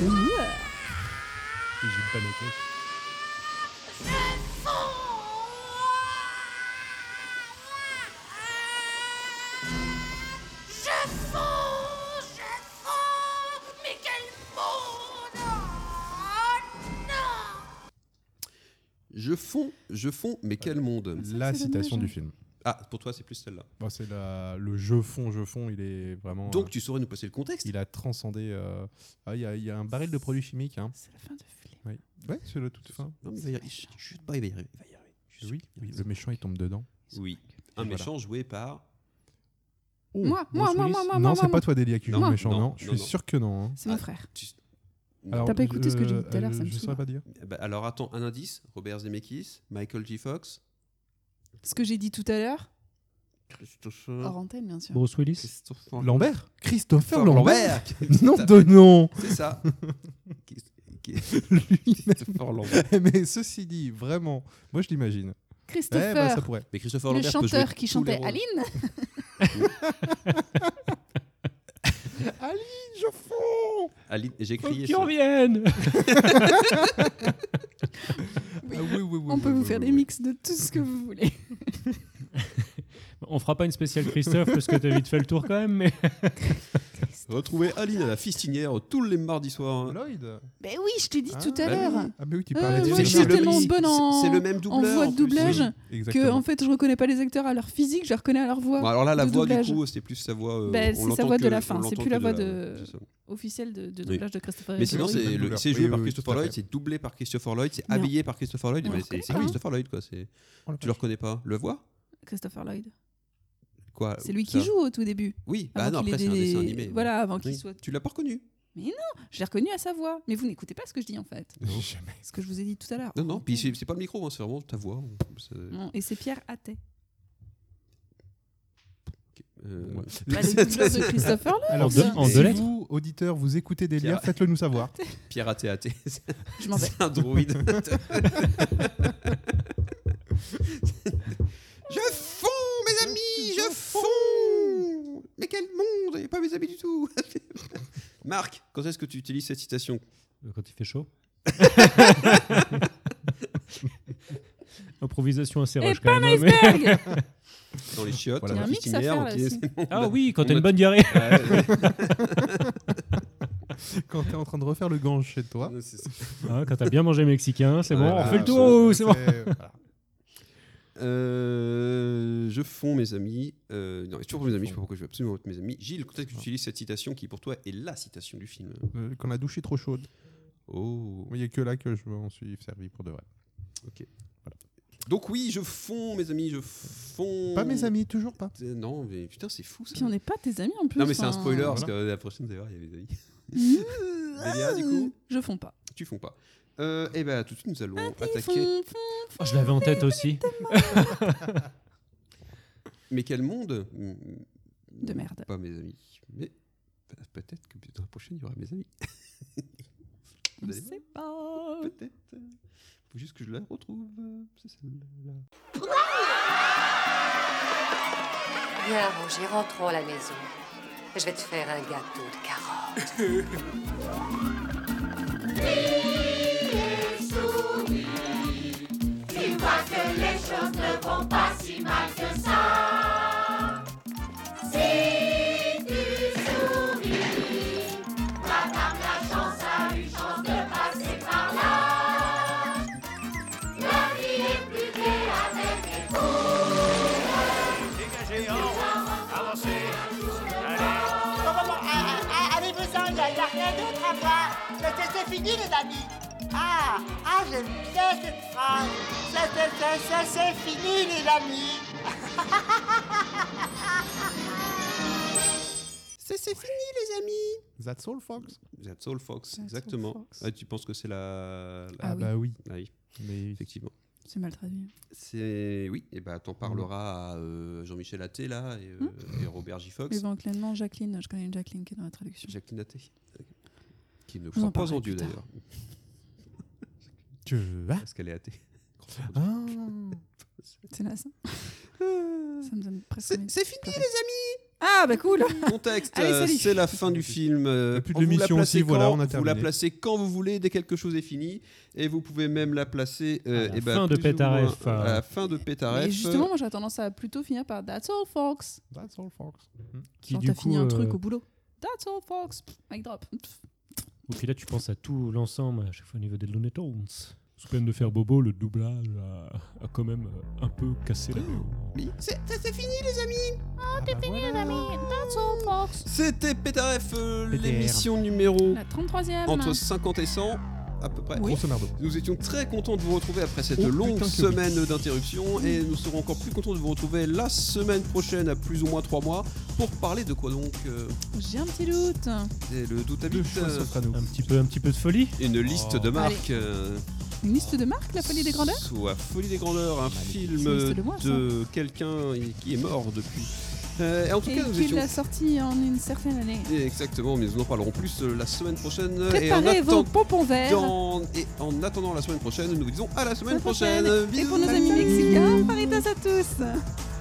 S12: Je fonds, je fonds, mais quel monde Oh non
S8: Je fonds, je fonds, mais quel monde
S10: La c'est citation dommage, du hein. film.
S8: Ah, pour toi, c'est plus celle-là.
S10: Bon, c'est la- le jeu fond, je fond, il est vraiment.
S8: Donc, tu saurais nous passer le contexte
S10: Il a transcendé. euh, ah, Il y, a- il y a un baril de produits chimiques. Hein. C'est
S9: la fin de film.
S10: Oui, ouais, c'est la toute fin.
S8: Non, mais il va y arriver. Chut, chut, pas, il va y arriver.
S10: Oui, oui, le méchant il tombe dedans.
S8: Oui. un
S10: Et voilà.
S8: méchant joué par.
S9: Moi, moi, moi, moi, moi,
S10: Oh,
S9: moi,
S10: Non, c'est
S9: moi,
S10: pas
S9: moi.
S10: toi, Delia, qui joue
S9: Non,
S10: le méchant,
S9: non,
S10: non, Je
S8: non,
S10: suis
S8: non.
S10: sûr que non. hein.
S9: C'est
S8: Ah.
S9: mon frère.
S10: Alors,
S9: T'as pas écouté ce que j'ai dit
S10: euh,
S9: tout à l'heure, ça me
S10: Je
S9: saoule.
S10: saurais pas dire.
S8: Eh ben, alors attends, un indice Robert Zemeckis, Michael J. Fox.
S9: Ce que j'ai dit tout à l'heure,
S8: Christophe.
S9: hors antenne, bien sûr.
S10: bah,
S11: Bruce Willis.
S8: Christopher
S10: Lambert Christopher
S8: Christopher
S10: Lambert
S8: Lambert.
S10: Non de nom
S8: C'est ça. Qui- qui- Christopher Lambert.
S10: Eh, Mais ceci dit, vraiment, moi je l'imagine.
S9: Christopher.
S10: Eh ben, ça pourrait.
S8: Mais Christopher
S9: le chanteur qui chantait Aline.
S10: Aline, je fonds
S8: Aline, j'ai
S10: Faut
S8: crié.
S10: qu'il
S8: ça.
S10: revienne.
S9: Oui.
S10: Ah oui, oui, oui,
S9: On
S10: oui,
S9: peut
S10: oui,
S9: vous
S10: oui,
S9: faire
S10: oui.
S9: des mix de tout ce que vous voulez.
S11: On fera pas une spéciale Christophe parce que t'as vite fait le tour quand même, mais.
S8: Retrouvez Aline à la fistinière tous les mardis soirs.
S10: Lloyd
S9: Ben oui, je t'ai dit tout à
S8: bah
S9: l'heure.
S8: oui.
S10: Ah, mais oui, tu
S9: Euh,
S10: parlais
S8: du
S9: moi,
S8: même
S9: je suis
S8: doubleur.
S9: tellement
S8: C'est-
S9: bonne en,
S8: c'est le même
S9: en
S8: doubleur,
S9: voix
S8: en
S9: de
S8: plus.
S9: doublage
S8: Oui,
S9: que
S10: exactement.
S9: en fait je reconnais pas les acteurs à leur physique, je reconnais à leur voix.
S8: Bon, alors là, la
S9: Oh, de
S8: voix
S9: doublage.
S8: du coup, c'était plus sa voix. euh,
S9: Ben,
S8: on
S9: c'est sa
S8: l'entend
S9: voix de
S8: que-
S9: la
S8: on
S9: fin, c'est
S8: l'entend
S9: plus la
S8: que
S9: voix
S8: de
S9: de-
S8: c'est ça.
S9: officielle de, de
S8: Oui.
S9: doublage de Christopher.
S8: Mais
S9: Lloyd.
S8: sinon,
S10: Oui,
S8: c'est
S10: oui,
S8: le-
S10: oui,
S8: c'est
S10: oui,
S8: joué
S10: oui,
S8: par
S10: oui,
S8: Christopher
S10: tout à
S8: Lloyd,
S10: fait.
S8: c'est doublé par Christopher Lloyd, c'est
S9: Mais
S8: habillé par Christopher Lloyd.
S9: mais
S8: mais
S9: on
S8: C'est
S9: reconnaît
S8: c'est
S9: pas, hein.
S8: Christopher Lloyd, quoi. c'est-
S10: On le
S8: Tu le reconnais pas Le vois
S9: Christopher Lloyd.
S8: Quoi
S9: C'est lui
S8: Ah ça
S9: qui joue au tout début.
S8: Oui, bah
S9: Avant
S8: non,
S9: qu'il
S8: après,
S9: ait
S8: c'est un
S9: des-
S8: dessin animé.
S9: Voilà, avant qu'il
S8: Oui.
S9: soit.
S8: Tu l'as pas reconnu
S9: Mais non, je l'ai reconnu à sa voix. Mais vous n'écoutez pas ce que je dis en fait.
S10: Jamais.
S9: Ce que je vous ai dit tout à l'heure.
S8: Non, non, puis c'est c'est pas le micro, hein, c'est vraiment ta voix. C'est-
S9: Non, Et c'est Pierre Attet.
S8: euh,
S9: Bah, le doubleur de Christopher Lloyd.
S10: Alors,
S11: deux-
S10: si-
S11: en
S10: si
S11: deux lettres
S10: vous, auditeurs, vous écoutez des liens,
S8: Pierre.
S10: faites-le nous savoir.
S8: Pierre athée athée.
S9: Je m'en vais.
S8: C'est un druide. je fonds, mes amis, je fonds Mais quel monde Et pas mes amis du tout Marc, quand est-ce que tu utilises cette citation
S11: Quand il fait chaud. Improvisation assez
S9: Et
S11: rage
S9: pas
S11: quand même. hein, mais-
S9: iceberg
S8: Dans les chiottes, Ah,
S9: Il y a un
S8: la
S9: mix à
S8: fistinière,
S9: faire,
S8: ok,
S9: là-dessus.
S8: c'est bon,
S11: Ah
S8: on a-
S11: oui, quand
S8: on
S11: t'as
S8: a-
S11: une bonne diarrhée.
S10: Quand t'es en train de refaire le gange chez toi.
S8: Ouais, c'est ça.
S11: Hein, quand t'as bien mangé mexicain, c'est bon,
S10: Voilà,
S11: on fait le tour,
S10: ça,
S11: ou c'est bon.
S10: voilà.
S8: Euh, je fonds, mes amis. Euh, non, je toujours mes amis, je sais pas pourquoi je veux absolument être mes amis. Gilles, quand est-ce que tu utilises cette citation qui, pour toi, est la citation du film
S10: Euh, Quand la douche est trop chaude.
S8: Oh.
S10: Il n'y a que là que je m'en suis servi pour de vrai.
S8: Donc, oui, je fonds, mes amis, je fonds.
S10: Pas mes amis, toujours pas.
S8: Euh, Non, mais putain, c'est fou ça.
S9: Puis on n'est pas tes amis en plus. hein.
S8: non, mais c'est un
S9: enfin. Mmh.
S8: spoiler parce que la prochaine, vous allez voir, il y a des amis.
S9: Ah,
S8: Delia, du coup,
S9: Euh, Je fonds pas.
S8: tu fonds pas. Euh, et ben, tout de suite, nous allons attaquer.
S9: Fonds, fonds.
S11: Oh, je l'avais en tête aussi.
S8: Mais quel monde Mm,
S9: De merde.
S8: Pas mes amis. Mais bah, peut-être que dans la prochaine, il y aura mes amis.
S9: On
S8: Vous allez
S9: sait pas.
S8: voir, Peut-être. Faut juste que je la retrouve. C'est celle-là.
S17: Viens, Roger, rentrons à la maison. Je vais te faire un gâteau de carottes.
S12: Tu vois que les choses ne vont pas si mal que ça. Si tu souris, madame la chance a eu chance de passer par là. La vie est plus gaie avec les coups. Dégagez, avancez,
S18: Allez-vous-en, il n'y a, y a rien d'autre à voir. Mais c'est- c'est fini, les amis. Ah, ah, j'aime bien cette phrase. C'est- c'est- c'est- c'est- C'est fini, les amis.
S8: C'est fini, les amis.
S10: That's all, Fox.
S8: That's all, Fox.
S9: That's all,
S8: Exactement.
S9: Fox.
S8: Ah, tu penses que c'est la. la-
S9: Ah
S10: Ah,
S9: oui.
S10: bah oui.
S8: Ah oui,
S10: Mais
S8: effectivement.
S9: C'est mal traduit.
S8: C'est oui, et ben t'en parleras à euh, Jean-Michel Atté là et, euh,
S9: Hmm
S8: et Robert J. Fox,
S9: Éventuellement, Jacqueline, je connais une Jacqueline qui est dans la traduction.
S8: Jacqueline Atté, euh, qui ne
S9: Vous
S8: croit
S9: en
S8: pas
S9: parlerez
S8: en Dieu
S9: plus tard.
S8: d'ailleurs,
S10: tu vas.
S8: parce qu'elle est athée.
S10: Ah.
S9: C'est là ça Ah. Ça me donne presque.
S8: C'est- c'est
S9: fini, les amis Ah, bah cool
S8: Contexte,
S9: Allez,
S8: euh,
S9: salut.
S8: c'est la fin du film. euh,
S10: Plus de
S8: on vous la
S10: l'émission
S8: placez
S10: aussi,
S8: quand-
S10: voilà, on a
S8: Vous la
S10: terminé.
S8: placez quand vous voulez, dès que quelque chose est fini, et vous pouvez même la placer euh,
S11: À la
S8: eh ben,
S11: fin de
S8: plus ou
S11: Pétaref,
S8: moins,
S11: euh.
S8: à la fin de Pétaref.
S9: Et justement, moi j'aurais tendance à plutôt finir par That's all, folks
S10: That's all, Fox.
S11: Qui
S9: Genre,
S11: du
S9: t'as
S11: coup,
S9: fini un truc
S11: euh,
S9: au boulot. That's all, folks Pff, Mic drop. Pff.
S11: ou puis là, tu penses à tout l'ensemble, à chaque fois au niveau des Looney Tunes. Sous peine de faire bobo, le doublage a, a quand même euh, un peu cassé la BO.
S8: C'est c'est fini, les amis.
S10: Ah bah
S16: Les amis, that's all, folks.
S8: C'était Pétaref, euh,
S10: PTR.
S8: l'émission numéro
S9: La 33 e
S8: entre 50 et 100. à peu près.
S10: Oui. Grosso merdo.
S8: Nous étions très contents de vous retrouver après cette
S10: Oh,
S8: longue
S10: putain que oui.
S8: semaine d'interruption et nous serons encore plus contents de vous retrouver la semaine prochaine à plus ou moins 3 mois pour parler de quoi donc euh,
S9: J'ai un petit doute.
S8: et Le doute habite euh,
S19: Un petit peu, un petit peu de folie.
S8: une liste de marques.
S9: Allez.
S8: euh,
S9: Une liste de marques, la folie des grandeurs
S8: Soit Folie des Grandeurs, un
S9: C'est une
S8: film
S9: liste de moi, ça.
S8: de quelqu'un qui est mort depuis. Euh, et en tout
S9: Et
S8: cas, nous
S9: qui
S8: étions.
S9: l'a sorti en une certaine année.
S8: Exactement, mais nous en parlerons plus euh, la semaine prochaine. et en
S9: Préparez vos
S8: attendant-
S9: pompons verts.
S8: Et en attendant la semaine prochaine, nous vous disons à la semaine
S9: À la
S8: prochaine.
S9: prochaine. Et pour nos amis mexicains, paritas à tous.